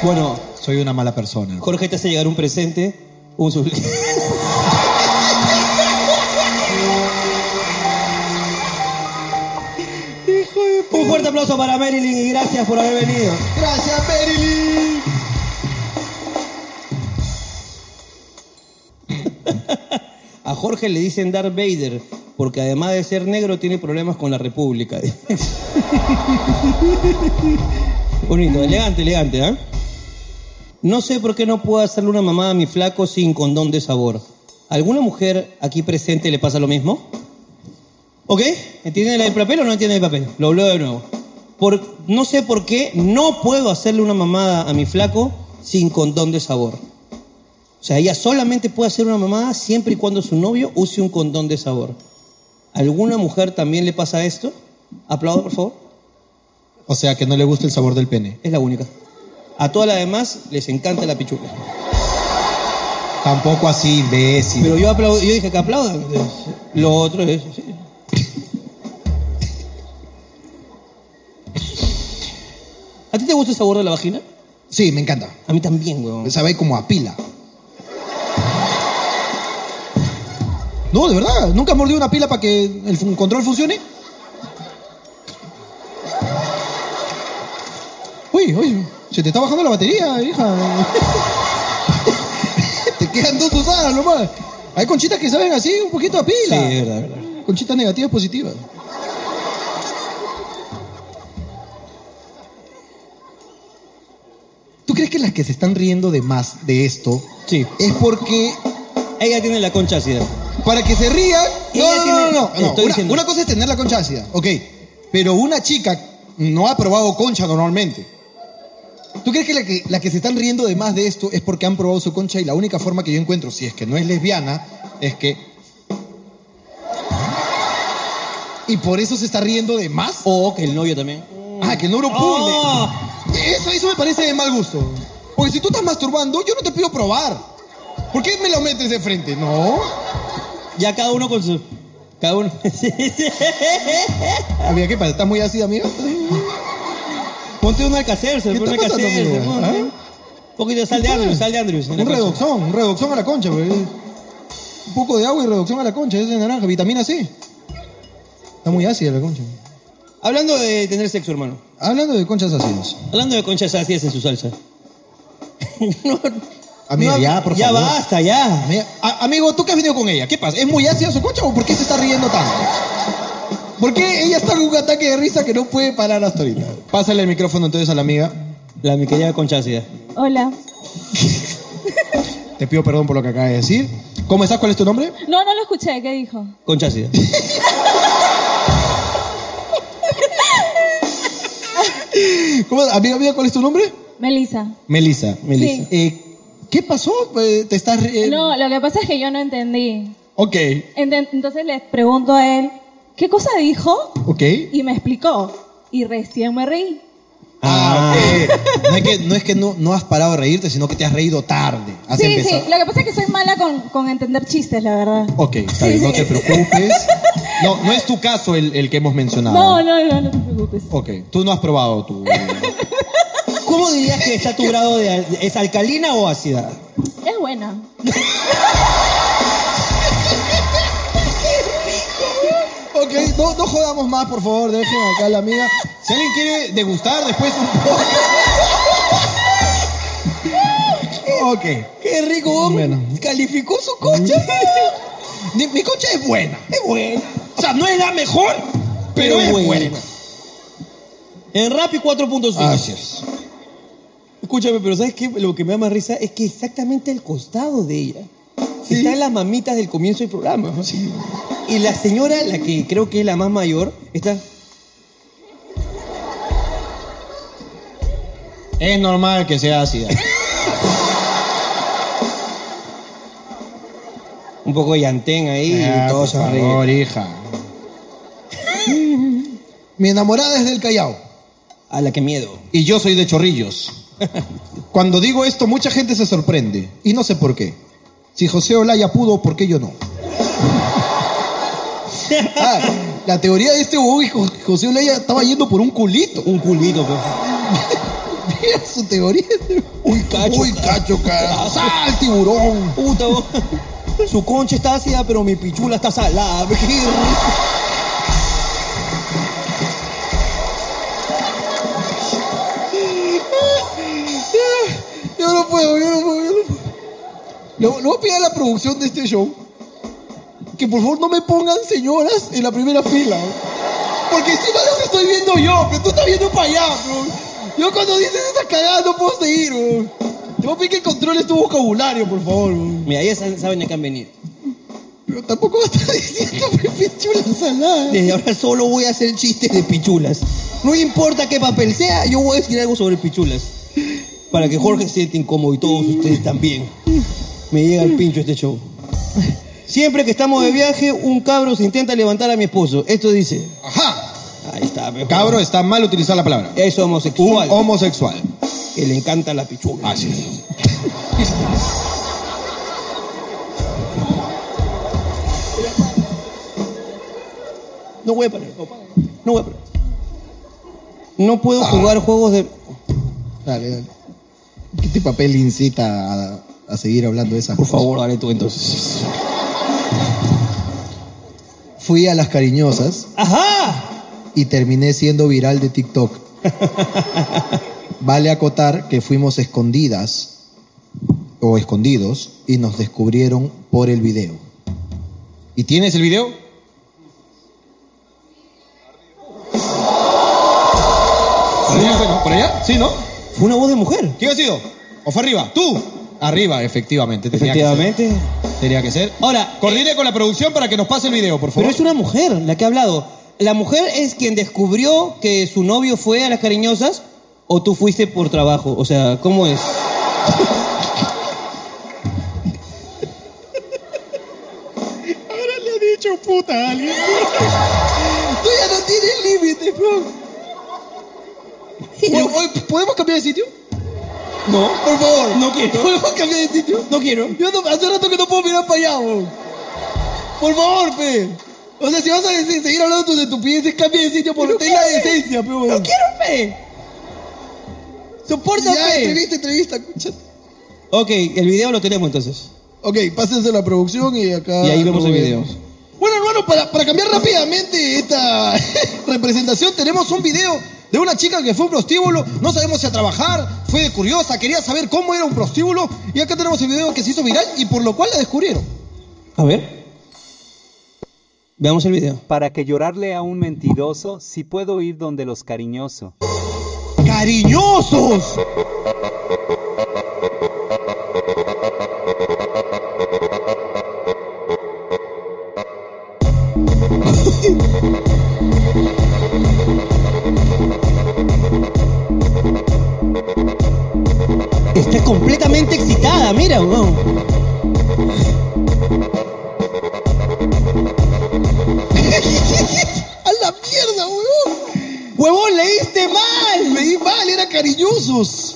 Speaker 2: Bueno, soy una mala persona.
Speaker 6: Jorge te hace llegar un presente, un sub-
Speaker 1: Un fuerte aplauso para Marilyn y gracias por haber venido.
Speaker 2: Gracias, Marilyn.
Speaker 1: A Jorge le dicen Darth Vader porque además de ser negro tiene problemas con la República. Bonito, elegante, elegante, ¿eh? No sé por qué no puedo hacerle una mamada a mi flaco sin condón de sabor. ¿Alguna mujer aquí presente le pasa lo mismo? ¿Ok? ¿Entienden el papel o no entienden el papel? Lo hablo de nuevo. Por- no sé por qué no puedo hacerle una mamada a mi flaco sin condón de sabor. O sea, ella solamente puede hacer una mamada siempre y cuando su novio use un condón de sabor. ¿Alguna mujer también le pasa esto? Aplaudo, por favor.
Speaker 2: O sea, que no le gusta el sabor del pene.
Speaker 1: Es la única. A todas las demás les encanta la pichuca.
Speaker 2: Tampoco así, imbécil.
Speaker 1: Pero yo aplaudo, yo dije que aplaudan. Lo otro es. ¿A ti te gusta el sabor de la vagina?
Speaker 2: Sí, me encanta.
Speaker 1: A mí también, weón.
Speaker 2: Sabe como a pila. No, de verdad, nunca has mordido una pila para que el fun- control funcione. Uy, uy, se te está bajando la batería, hija. te quedan dos usadas nomás. Hay conchitas que saben así, un poquito a pila.
Speaker 1: Sí, es verdad, es verdad.
Speaker 2: Conchitas negativas positivas. ¿Tú crees que las que se están riendo de más de esto sí. es porque
Speaker 1: ella tiene la concha ácida?
Speaker 2: Para que se rían. No,
Speaker 1: Ella
Speaker 2: no,
Speaker 1: tiene-
Speaker 2: no, no, no.
Speaker 1: Estoy
Speaker 2: Una-
Speaker 1: diciendo-
Speaker 2: una cosa es tener la concha ácida, ok. Pero una chica no ha probado concha normalmente. ¿Tú crees que la, que la que se están riendo de más de esto es porque han probado su concha y la única forma que yo encuentro, si es que no es lesbiana, es que. ¿Y por eso se está riendo de más?
Speaker 1: O que el novio también.
Speaker 2: Ah, que el novio
Speaker 1: Oh.
Speaker 2: pule. Eso, eso me parece de mal gusto. Porque si tú estás masturbando, yo no te pido probar. ¿Por qué me lo metes de frente? No.
Speaker 1: Ya cada uno con su. Cada uno.
Speaker 2: Había que pasar. ¿Estás muy ácida, amigo?
Speaker 1: Ponte un alcacer,
Speaker 2: ¿Qué
Speaker 1: ponte un
Speaker 2: está pasando,
Speaker 1: alcacer.
Speaker 2: amigo?
Speaker 1: ponte-
Speaker 2: ¿Ah?
Speaker 1: Un poquito de sal de Andrews, sal de Andrews. en la
Speaker 2: Un
Speaker 1: concha.
Speaker 2: redoxón, un redoxón a la concha, pues. Un poco de agua y redoxón a la concha, eso es de naranja, vitamina C. Está muy ácida la concha.
Speaker 1: Hablando de tener sexo, hermano.
Speaker 2: Hablando de conchas ácidas.
Speaker 1: Hablando de conchas ácidas en su salsa.
Speaker 2: Amigo, ya, por favor.
Speaker 1: Ya basta, ya.
Speaker 2: A- amigo, ¿tú qué has venido con ella? ¿Qué pasa? ¿Es muy ácida su concha o por qué se está riendo tanto? ¿Por qué ella está con un ataque de risa que no puede parar hasta ahorita? Pásale el micrófono entonces a la amiga.
Speaker 1: La mi querida concha ácida.
Speaker 7: Hola.
Speaker 2: Te pido perdón por lo que acabas de decir. ¿Cómo estás? ¿Cuál es tu nombre?
Speaker 7: No, no lo escuché. ¿Qué dijo?
Speaker 1: Concha ácida.
Speaker 2: ¿Cómo, amiga mía, ¿cuál es tu nombre?
Speaker 7: Melissa.
Speaker 2: Melissa.
Speaker 7: Melissa.
Speaker 2: Eh, ¿Qué pasó? Eh, ¿Te estás ri- eh,
Speaker 7: No, lo que pasa es que yo no entendí.
Speaker 2: Ok,
Speaker 7: Enten- Entonces les pregunto a él, ¿qué cosa dijo?
Speaker 2: ok.
Speaker 7: Y me explicó. Y recién me reí.
Speaker 2: Ah, ok. No es que, no, es que no, no has parado de reírte, sino que te has reído tarde. Has
Speaker 7: sí,
Speaker 2: empezado.
Speaker 7: sí. Lo que pasa es que soy mala con, con entender chistes, la verdad.
Speaker 2: Ok, está bien, no te preocupes. No, no es tu caso el, el que hemos mencionado.
Speaker 7: No, no, no, no te preocupes.
Speaker 2: Ok, tú no has probado tu...
Speaker 1: ¿Cómo dirías que está tu grado de... al- ¿Es alcalina o ácida?
Speaker 7: Es buena.
Speaker 2: Ok, no, no jodamos más, por favor, dejen acá a la amiga. Si alguien quiere degustar después un poco. Ok.
Speaker 1: ¡Qué rico! Calificó su concha.
Speaker 2: Mi, mi concha Mm. es buena.
Speaker 1: Es buena. O sea, no es la mejor, pero, es buena. En Rappi 4.5.
Speaker 2: Ah. Gracias.
Speaker 1: Escúchame, pero ¿sabes qué? Lo que me da más risa es que exactamente al costado de ella están las mamitas del comienzo del programa. Y la señora, la que creo que es la más mayor, está...
Speaker 2: Es normal que sea ácida.
Speaker 1: Un poco de llantén ahí.
Speaker 2: Ah,
Speaker 1: y todo
Speaker 2: por
Speaker 1: se ríe.
Speaker 2: favor, hija. Mi enamorada es del Callao.
Speaker 1: A la que miedo.
Speaker 2: Y yo soy de Chorrillos. Cuando digo esto, mucha gente se sorprende. Y no sé por qué. Si José Olaya pudo, ¿por qué yo no? Ah, la teoría de este huevón es que José Olaya estaba yendo por un culito.
Speaker 1: Un culito, pues.
Speaker 2: Mira su teoría.
Speaker 1: Uy, cacho.
Speaker 2: Uy, cacho, cara. Sal, tiburón.
Speaker 1: Puta, vos. Su concha está ácida, pero mi pichula está salada. Qué rico.
Speaker 2: Yo no puedo, yo no puedo, yo no puedo. Le, le voy a pedir a la producción de este show que por favor no me pongan señoras en la primera fila. Porque encima las estoy viendo yo, pero tú estás viendo para allá, bro. Yo cuando dices esa cagada no puedo seguir, bro. Te voy a pedir que controles tu vocabulario, por favor, bro.
Speaker 1: Mira, ellas saben a qué han venido.
Speaker 2: Pero tampoco vas a estar diciendo pichula salada.
Speaker 1: Desde ahora solo voy a hacer chistes de pichulas. No importa qué papel sea, yo voy a decir algo sobre pichulas. Para que Jorge se sienta incómodo y todos ustedes también. Me llega el pincho este show. Siempre que estamos de viaje, un cabro se intenta levantar a mi esposo. Esto dice.
Speaker 2: Ajá.
Speaker 1: Ahí está. pe-
Speaker 2: Cabro, está mal utilizar la palabra.
Speaker 1: Es homosexual.
Speaker 2: homosexual. Ah,
Speaker 1: Que le encanta la pichula.
Speaker 2: Así es.
Speaker 1: No voy a parar. No voy a parar. No
Speaker 2: Ah.
Speaker 1: puedo jugar juegos de.
Speaker 2: Dale, dale. ¿Qué te papel incita a, a seguir hablando de esas
Speaker 1: Por favor, dale tú entonces.
Speaker 2: Fui a las cariñosas.
Speaker 1: ¡Ajá!
Speaker 2: y terminé siendo viral de TikTok. Vale acotar que fuimos escondidas o escondidos y nos descubrieron por el video. ¿Y tienes el video? ¿Por allá fue, no? ¿Por allá? ¿Sí, no?
Speaker 1: Fue una voz de mujer.
Speaker 2: ¿Quién ha sido? ¿O fue arriba? ¿Tú? Arriba, efectivamente. Eh. tenía que ser.
Speaker 1: Efectivamente.
Speaker 2: Tenía que ser. Ahora, coordine con la producción para que nos pase el video, por favor.
Speaker 1: Pero es una mujer la que ha hablado. ¿La mujer es quien descubrió que su novio fue a las cariñosas o tú fuiste por trabajo? O sea, ¿cómo es?
Speaker 6: Ahora le ha dicho puta a alguien.
Speaker 2: Tú ya no tienes límite, bro. Oye, oye, ¿Podemos cambiar de sitio?
Speaker 1: No,
Speaker 2: Por favor.
Speaker 1: no quiero.
Speaker 2: ¿Podemos cambiar de sitio?
Speaker 1: No quiero.
Speaker 2: Yo no- hace rato que no puedo mirar para allá, bro. Por favor, pe. O sea, si vas a decir- seguir hablando de tus estupideces, cambia de sitio por ten la decencia, pe. No
Speaker 1: quiero, pe. Soporta,
Speaker 2: Ya,
Speaker 1: pe.
Speaker 2: entrevista, entrevista. concha.
Speaker 1: Ok, el video lo tenemos entonces.
Speaker 2: Ok, pásense a la producción y acá.
Speaker 1: Y
Speaker 16: Ah,
Speaker 1: ahí vemos
Speaker 2: lo
Speaker 1: el
Speaker 2: ven.
Speaker 1: video.
Speaker 2: Bueno, hermano, para, para cambiar rápidamente esta representación, tenemos un video de una chica que fue a un prostíbulo, no sabemos si a trabajar, fue de curiosa, quería saber cómo era un prostíbulo y acá tenemos el video que se hizo viral y por lo cual la descubrieron.
Speaker 1: A ver. Veamos el video.
Speaker 16: Para que llorarle a un mentiroso, si puedo ir donde los cariñoso.
Speaker 2: ¡Cariñosos!
Speaker 6: Está completamente excitada, mira, weón.
Speaker 2: ¡A la mierda, huevón! ¡Huevón, leíste mal! Leí mal, era cariñosos.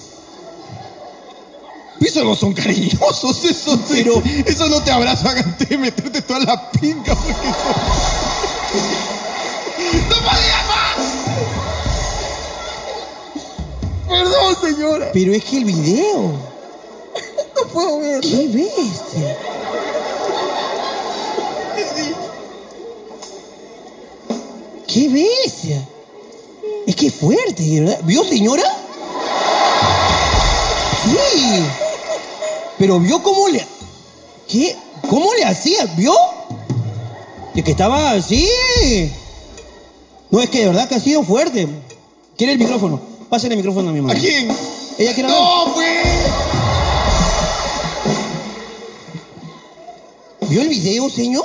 Speaker 2: Eso no son cariñosos, eso, pero, eso no te abrazan antes de meterte toda la pinca porque son- ¡No podía más! Perdón, señora.
Speaker 1: Pero es que el video.
Speaker 2: No puedo ver.
Speaker 1: ¡Qué bestia! ¡Qué bestia! Es que es fuerte, de ¿verdad? ¿Vio, señora?
Speaker 2: Sí. Pero vio cómo le.
Speaker 1: ¿Qué? ¿Cómo le hacía? ¿Vio? Es que estaba así. No, es que de verdad que ha sido fuerte. Quiere el micrófono. Pásale el micrófono a mi mamá.
Speaker 2: ¿A quién?
Speaker 1: Ella quiere
Speaker 2: ¡No, pues!
Speaker 1: ¿Vio el video, señor?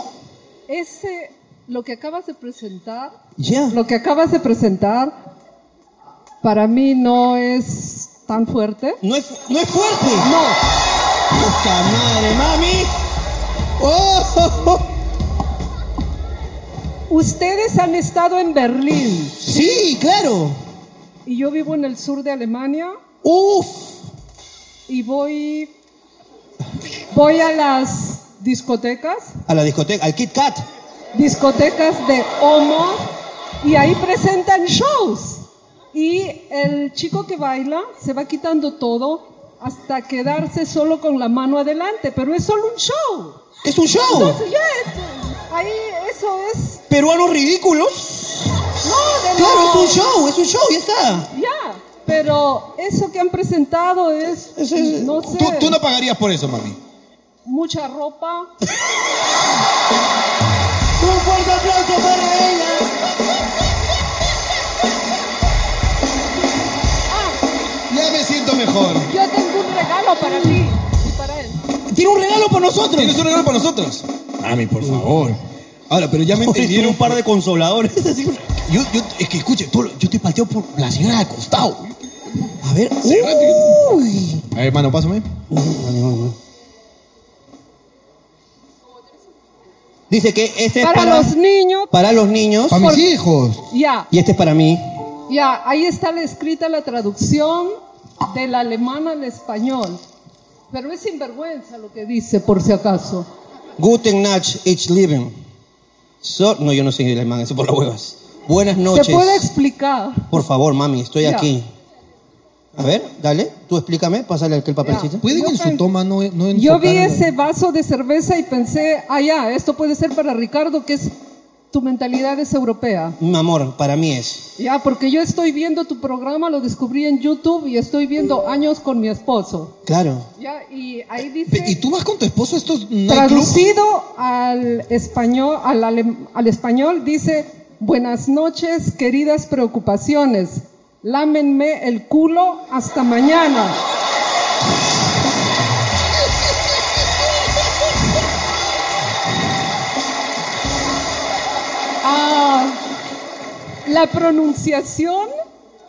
Speaker 17: Ese, lo que acabas de presentar,
Speaker 1: Ya.
Speaker 17: lo que acabas de presentar, para mí no es tan fuerte.
Speaker 1: No es, no es fuerte.
Speaker 17: No.
Speaker 1: Puta madre, mami. Oh.
Speaker 17: Ustedes han estado en Berlín.
Speaker 1: Sí, claro.
Speaker 17: Y yo vivo en el sur de Alemania.
Speaker 1: Uf.
Speaker 17: Y voy, voy a las discotecas,
Speaker 1: A la discoteca, al Kit Kat.
Speaker 17: discotecas de homo, y ahí presentan shows. Y el chico que baila se va quitando todo hasta quedarse solo con la mano adelante, pero es solo un show.
Speaker 1: Es un show.
Speaker 17: Entonces, ya, es- ahí eso es.
Speaker 1: Peruanos ridículos.
Speaker 17: No, de
Speaker 1: Claro,
Speaker 17: los-
Speaker 1: es un show, es un show, ya está.
Speaker 17: Ya, pero eso que han presentado es, no sé,
Speaker 2: Tú, tú no pagarías por eso, mami.
Speaker 17: mucha ropa.
Speaker 1: Un fuerte aplauso para ella.
Speaker 2: Ya me siento mejor.
Speaker 17: Yo tengo un regalo para ti y para él.
Speaker 1: Tiene un regalo para nosotros.
Speaker 2: Tienes un regalo para nosotros. Mami, por favor. Ahora, pero ya me entendieron un par de consoladores. yo, yo, es que escuche, tú, yo te pateo por la señora de costado.
Speaker 1: A ver, uy.
Speaker 2: A ver, hermano, pásame.
Speaker 1: Dice que este
Speaker 17: Para
Speaker 1: es para
Speaker 17: los niños.
Speaker 1: Para los niños.
Speaker 17: Para mis Por-
Speaker 2: hijos.
Speaker 17: Ya,
Speaker 1: Y este es para mí.
Speaker 17: ya, ahí está la escrita la traducción del alemán al español. Pero es sinvergüenza lo que dice, por si acaso.
Speaker 1: Guten Nacht, ich lieben. So- no, yo no soy alemán, eso por las huevas. Buenas noches.
Speaker 17: ¿Se puede explicar?
Speaker 1: Por favor, mami, estoy
Speaker 17: Ya.
Speaker 1: aquí. A ver, dale, tú explícame, pásale aquel papelcito.
Speaker 17: Ya. ¿Pueden Yo en su pen-
Speaker 2: toma no, no
Speaker 17: Yo vi ese vaso de cerveza y pensé, ah, ya, esto puede ser para Ricardo, que es tu mentalidad es europea.
Speaker 1: Mi amor, para mí es.
Speaker 17: Ya, porque yo estoy viendo tu programa, lo descubrí en YouTube y estoy viendo años con mi esposo.
Speaker 1: Claro.
Speaker 17: Ya, y ahí dice...
Speaker 2: ¿Y tú vas con tu esposo a estos nightclubs?
Speaker 17: Traducido al español, al, alem- al español dice, buenas noches, queridas preocupaciones, lámenme el culo hasta mañana. Ah, la pronunciación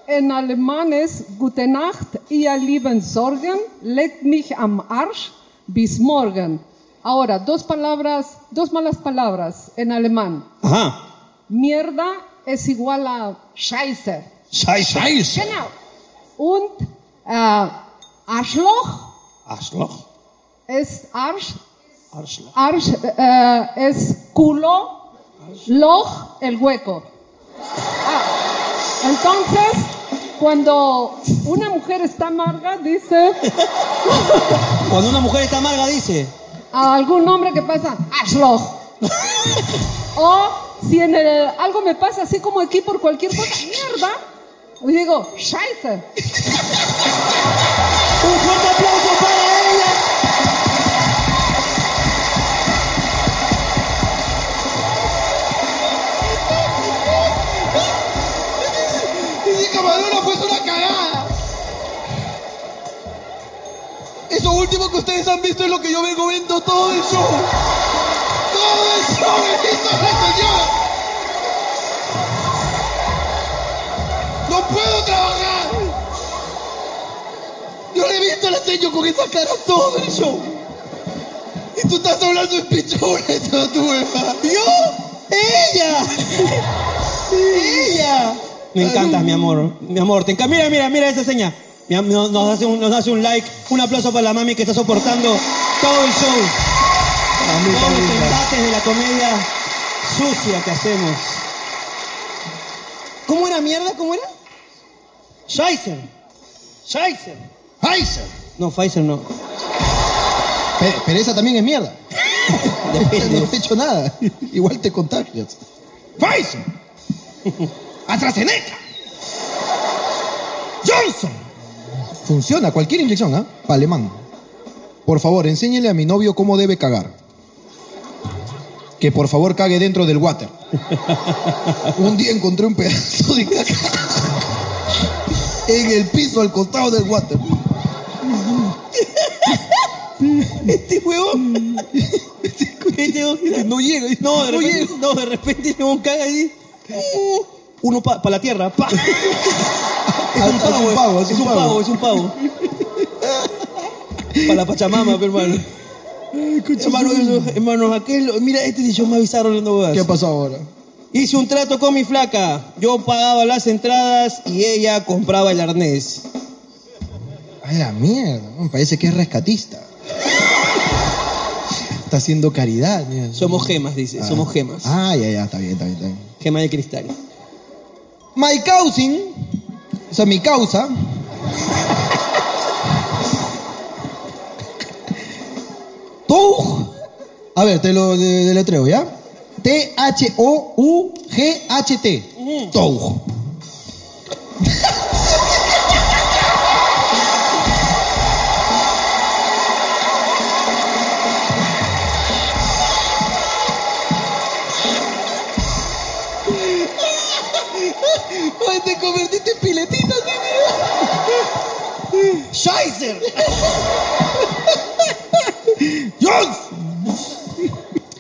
Speaker 17: en alemán es Gute Nacht, ihr lieben Sorgen, legt mich am Arsch, bis morgen. Ahora, dos palabras, dos malas palabras en alemán.
Speaker 1: Ajá.
Speaker 17: Mierda es igual a Scheiße.
Speaker 1: Scheiße.
Speaker 17: Genau. Und äh, Arschloch
Speaker 1: Arschloch.
Speaker 17: es Arsch,
Speaker 1: Arschloch.
Speaker 17: Arsch äh, es culo, Loch el hueco. Ah, entonces, cuando una mujer está amarga, dice
Speaker 1: Cuando una mujer está amarga, dice.
Speaker 17: a algún hombre que pasa, Arschloch. o si en el, algo me pasa así como aquí por cualquier cosa, mierda, Y digo, Scheiße.
Speaker 6: Un fuerte aplauso para ella.
Speaker 18: Dice que Maduro fue una cagada.
Speaker 6: Eso último que ustedes han visto es lo que yo vengo viendo todo el show. Todo el show, bendito sea Señor. No puedo trabajar. Yo le he visto al sello con esa cara todo el show. Y tú estás hablando de pichón de toda tu hueva. ¿Yo? ¡Ella! ¡Ella!
Speaker 1: Me encantas, mi amor. Mi amor, te encanta. Mira, mira, mira esa seña. Mi am- Nos, nos hace un, nos hace un like. Un aplauso para la mami que está soportando todo el show. Todos los embates de la comedia sucia que hacemos. ¿Cómo era mierda? ¿Cómo era? Scheiser. Scheiser.
Speaker 2: Pfizer.
Speaker 1: No, Pfizer no.
Speaker 2: Pero, pero esa también es mierda. no te he hecho nada. Igual te contagias.
Speaker 6: Pfizer, AstraZeneca, Johnson.
Speaker 2: Funciona cualquier inyección, ¿ah? Palemán. Por favor, enséñele a mi novio cómo debe cagar. Que por favor cague dentro del water. un día encontré un pedazo de caca en el piso al costado del water.
Speaker 1: Este huevón. Este huevón. No llega. No, de repente, no, de repente el huevón caga y dice, "Uh, Uno para la tierra. pa". Es
Speaker 2: Ah,
Speaker 1: un pavo, es un pavo, es un pavo, es un pavo. Para la Pachamama, pe, hermano. Hermano, eso, hermano, aquel, mira, este dicho me avisaron hablando huevadas. ¿Qué
Speaker 2: pasó ahora?
Speaker 1: Hice un trato con mi flaca. Yo pagaba las entradas y ella compraba el arnés.
Speaker 2: A la mierda, me parece que es rescatista. Está haciendo caridad. mira.
Speaker 1: Somos gemas, dice,
Speaker 2: Ah.
Speaker 1: somos gemas.
Speaker 2: Ah, ya, ya, está bien, está bien, está bien.
Speaker 1: Gema de cristal.
Speaker 2: My causing, o sea, mi causa, Toug, a ver, te lo de- deletreo, ¿ya? T-H-O-U-G-H-T,
Speaker 1: Mm.
Speaker 2: Toug.
Speaker 6: Ay, te convertiste en piletita, Scheiser.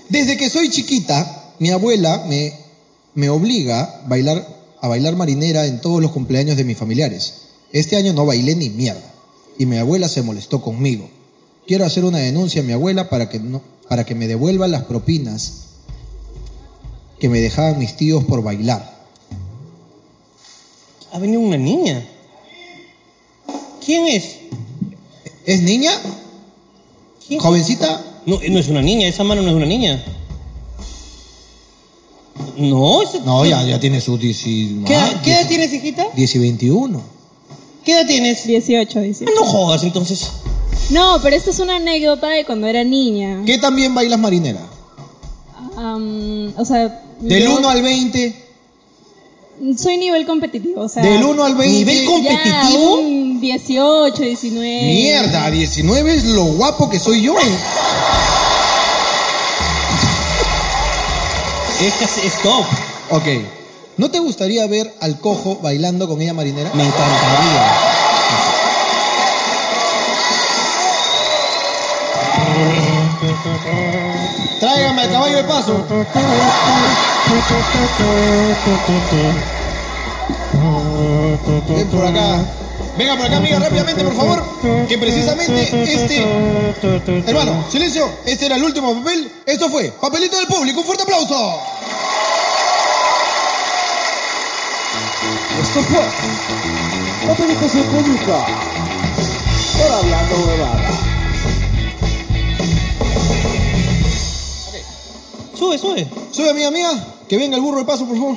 Speaker 2: Desde que soy chiquita, mi abuela me, me obliga a bailar, a bailar marinera en todos los cumpleaños de mis familiares. Este año no bailé ni mierda. Y mi abuela se molestó conmigo. Quiero hacer una denuncia a mi abuela para que, no, para que me devuelva las propinas que me dejaban mis tíos por bailar.
Speaker 1: Ha venido una niña. ¿Quién es?
Speaker 2: ¿Es niña? ¿Jovencita?
Speaker 1: No, no es una niña, esa mano no es una niña. No, esa-
Speaker 2: No, ya, ya tiene sus 10
Speaker 1: ¿Qué, edad- qué edad tienes, hijita?
Speaker 2: y 21.
Speaker 1: ¿Qué edad tienes? Ah,
Speaker 7: 18, 18.
Speaker 1: No jodas, entonces.
Speaker 7: No, pero esto es una anécdota de cuando era niña.
Speaker 2: ¿Qué también bailas marinera?
Speaker 7: Am, o sea...
Speaker 2: Del
Speaker 7: yo
Speaker 2: 1 al 20.
Speaker 7: Soy nivel competitivo, o sea...
Speaker 2: Del 1 al 20. ¿Nivel
Speaker 7: Ya,
Speaker 2: competitivo?
Speaker 7: un 18, 19...
Speaker 2: Mierda,
Speaker 1: Eh.
Speaker 2: 19 es lo guapo que soy yo.
Speaker 1: Esta es, top.
Speaker 2: Ok. ¿No te gustaría ver al cojo bailando con ella marinera?
Speaker 1: Me encantaría.
Speaker 2: Tráigame al caballo de paso.
Speaker 6: Ven por acá.
Speaker 2: Venga por acá, amiga, rápidamente, por favor. Que precisamente este. Hermano, silencio. Este era el último papel. Esto fue Papelito del Público. Un fuerte aplauso.
Speaker 16: Esto fue la Comunicación Pública por Hablando Huevada.
Speaker 1: Sube, sube.
Speaker 2: Sube, amiga, amiga. Que venga el burro de paso, por favor.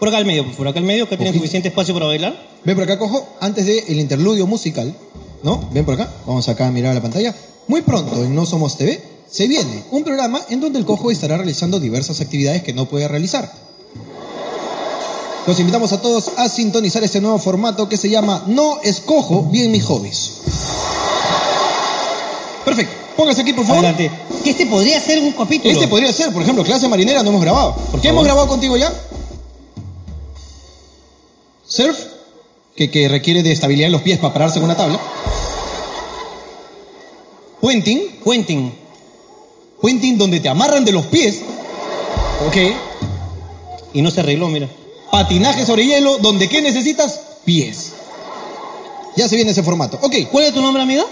Speaker 1: Por acá al medio,
Speaker 6: pues,
Speaker 1: por acá al medio, que tiene suficiente espacio para bailar.
Speaker 2: Ven por acá, cojo, antes del interludio musical, ¿no? Ven por acá, vamos acá a mirar la pantalla. Muy pronto en No Somos TV se viene un programa en donde el cojo estará realizando diversas actividades que no puede realizar. Los invitamos a todos a sintonizar este nuevo formato que se llama No escojo bien mis hobbies. Perfecto. Póngase aquí, por favor. Adelante.
Speaker 6: Que este podría ser un capítulo.
Speaker 2: Este podría ser, por ejemplo, clase marinera no hemos grabado. ¿Por qué hemos grabado contigo ya? Surf, que, que requiere de estabilidad en los pies para pararse en una tabla. Puenting. Puenting. Puenting donde te amarran de los pies. Ok.
Speaker 6: Y no se arregló, mira.
Speaker 2: Patinaje sobre hielo, donde ¿qué necesitas? Pies. Ya se viene ese formato. Ok.
Speaker 6: ¿Cuál es tu nombre, amiga?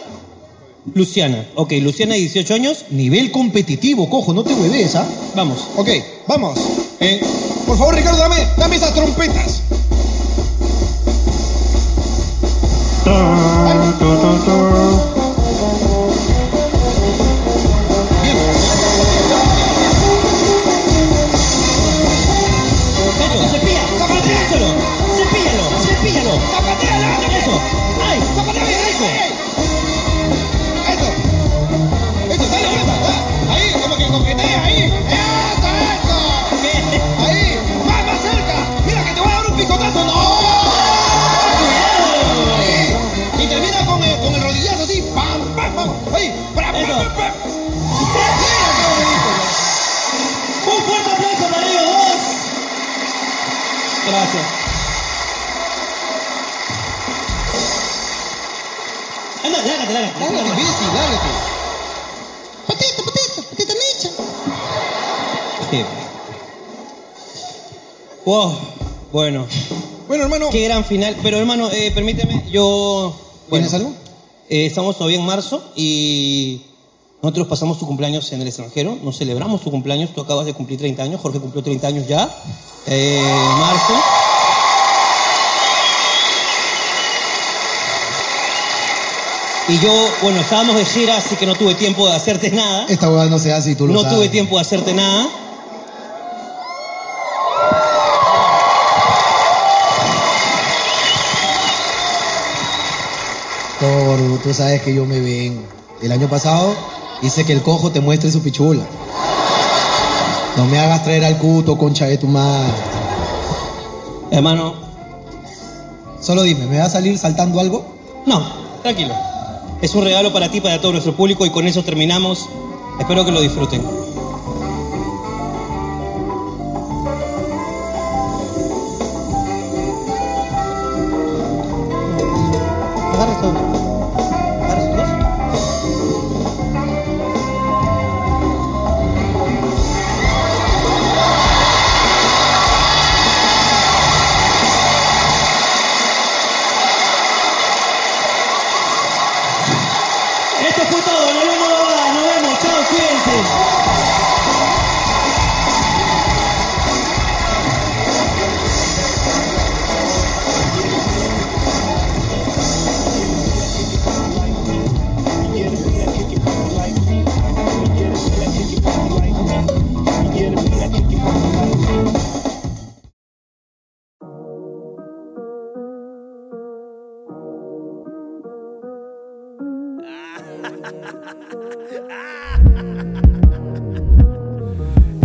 Speaker 6: Luciana. Ok, Luciana, 18 años.
Speaker 2: Nivel competitivo, cojo, no te hueves, ¿ah?
Speaker 6: Vamos.
Speaker 2: Ok, vamos. Eh, por favor, Ricardo, dame, dame esas trompetas.
Speaker 6: Eso, cepilla, zapatero. Cepíllalo, cepíllalo. Zapatero, eso. Ay, zapatero bien rico.
Speaker 2: Eso, dale, aprieta, da. Ahí, como que coquetea, ahí. ¡Eso, eso! Ahí, más, más cerca. Mira que te voy a dar un picotazo. ¡No! Ahí. Y termina con el, con el rodillazo así. ¡Pam, pam, pam! Ahí, ¡Pam, pam, pam, pam!
Speaker 6: Un fuerte aplauso para ellos dos. Gracias. Anda, lárgate, lárgate.
Speaker 2: Lárgate, Bessie, lárgate.
Speaker 6: Patita, patita, patita mecha. Wow, bueno.
Speaker 2: Bueno, hermano.
Speaker 6: Qué gran final. Pero, hermano, eh, permíteme, yo. Bueno,
Speaker 2: ¿Tienes algo?
Speaker 6: eh, estamos todavía en marzo y nosotros pasamos tu cumpleaños en el extranjero. Nos celebramos tu cumpleaños. Tú acabas de cumplir 30 años. Jorge cumplió 30 años ya. eh, en marzo. Y yo, bueno, estábamos de gira, así que no tuve tiempo de hacerte nada.
Speaker 2: Esta hueá no se hace y tú lo
Speaker 6: No
Speaker 2: sabes.
Speaker 6: tuve tiempo de hacerte nada.
Speaker 2: Toro, tú sabes que yo me vengo. El año pasado hice que el cojo te muestre su pichula. No me hagas traer al cuto, concha de tu madre.
Speaker 6: Hermano.
Speaker 2: Solo dime, ¿me va a salir saltando algo?
Speaker 6: No, tranquilo. Es un regalo para ti, para todo nuestro público y con eso terminamos. Espero que lo disfruten. Agarra esto. Agarra estos dos. Esto fue todo, nos vemos, ahora, nos vemos, chao, cuídense.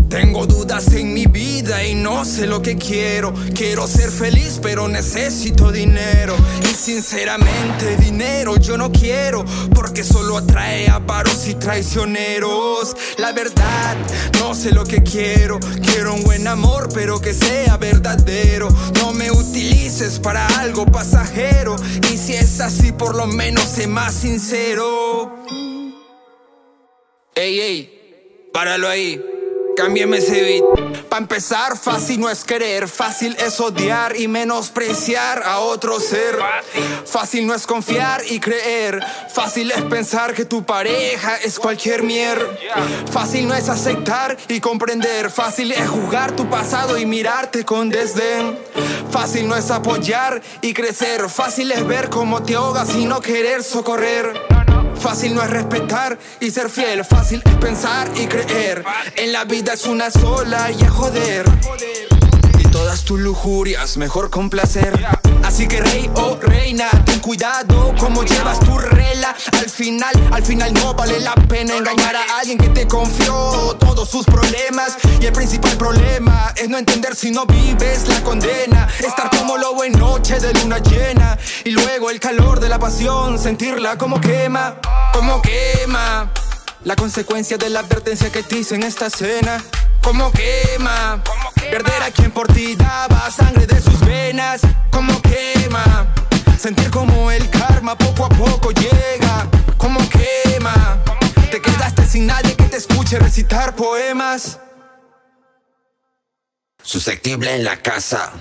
Speaker 19: Tengo dudas en mi vida y no sé lo que quiero. Quiero ser feliz, pero necesito dinero. Y sinceramente, dinero yo no quiero, porque solo atrae avaros y traicioneros. La verdad, no sé lo que quiero. Quiero un buen amor, pero que sea verdadero. No me utilices para algo pasajero. Y si es así, por lo menos sé más sincero. Ey, ey, páralo ahí. Cámbiame ese beat. Pa' empezar, fácil no es querer, fácil es odiar y menospreciar a otro ser. Fácil no es confiar y creer, fácil es pensar que tu pareja es cualquier mierda. Fácil no es aceptar y comprender, fácil es jugar tu pasado y mirarte con desdén. Fácil no es apoyar y crecer, fácil es ver cómo te ahogas y no querer socorrer. Fácil no es respetar y ser fiel, fácil es pensar y creer. En la vida es una sola y a joder. Y todas tus lujurias, mejor complacer. Así que rey o reina, tu cuidado cómo llevas tu rela. Al final, al final no vale la pena engañar a alguien que te confió todos sus problemas. Y el principal problema es no entender si no vives la condena. Estar como lobo en noche de luna llena. Y luego el calor de la pasión, sentirla como quema, como quema. La consecuencia de la advertencia que te hice en esta cena. Como quema. Perder a quien por ti daba sangre de sus venas. Como quema. Sentir como el karma poco a poco llega. Como quema. Te quedaste sin nadie que te escuche recitar poemas.
Speaker 20: Susceptible en la casa.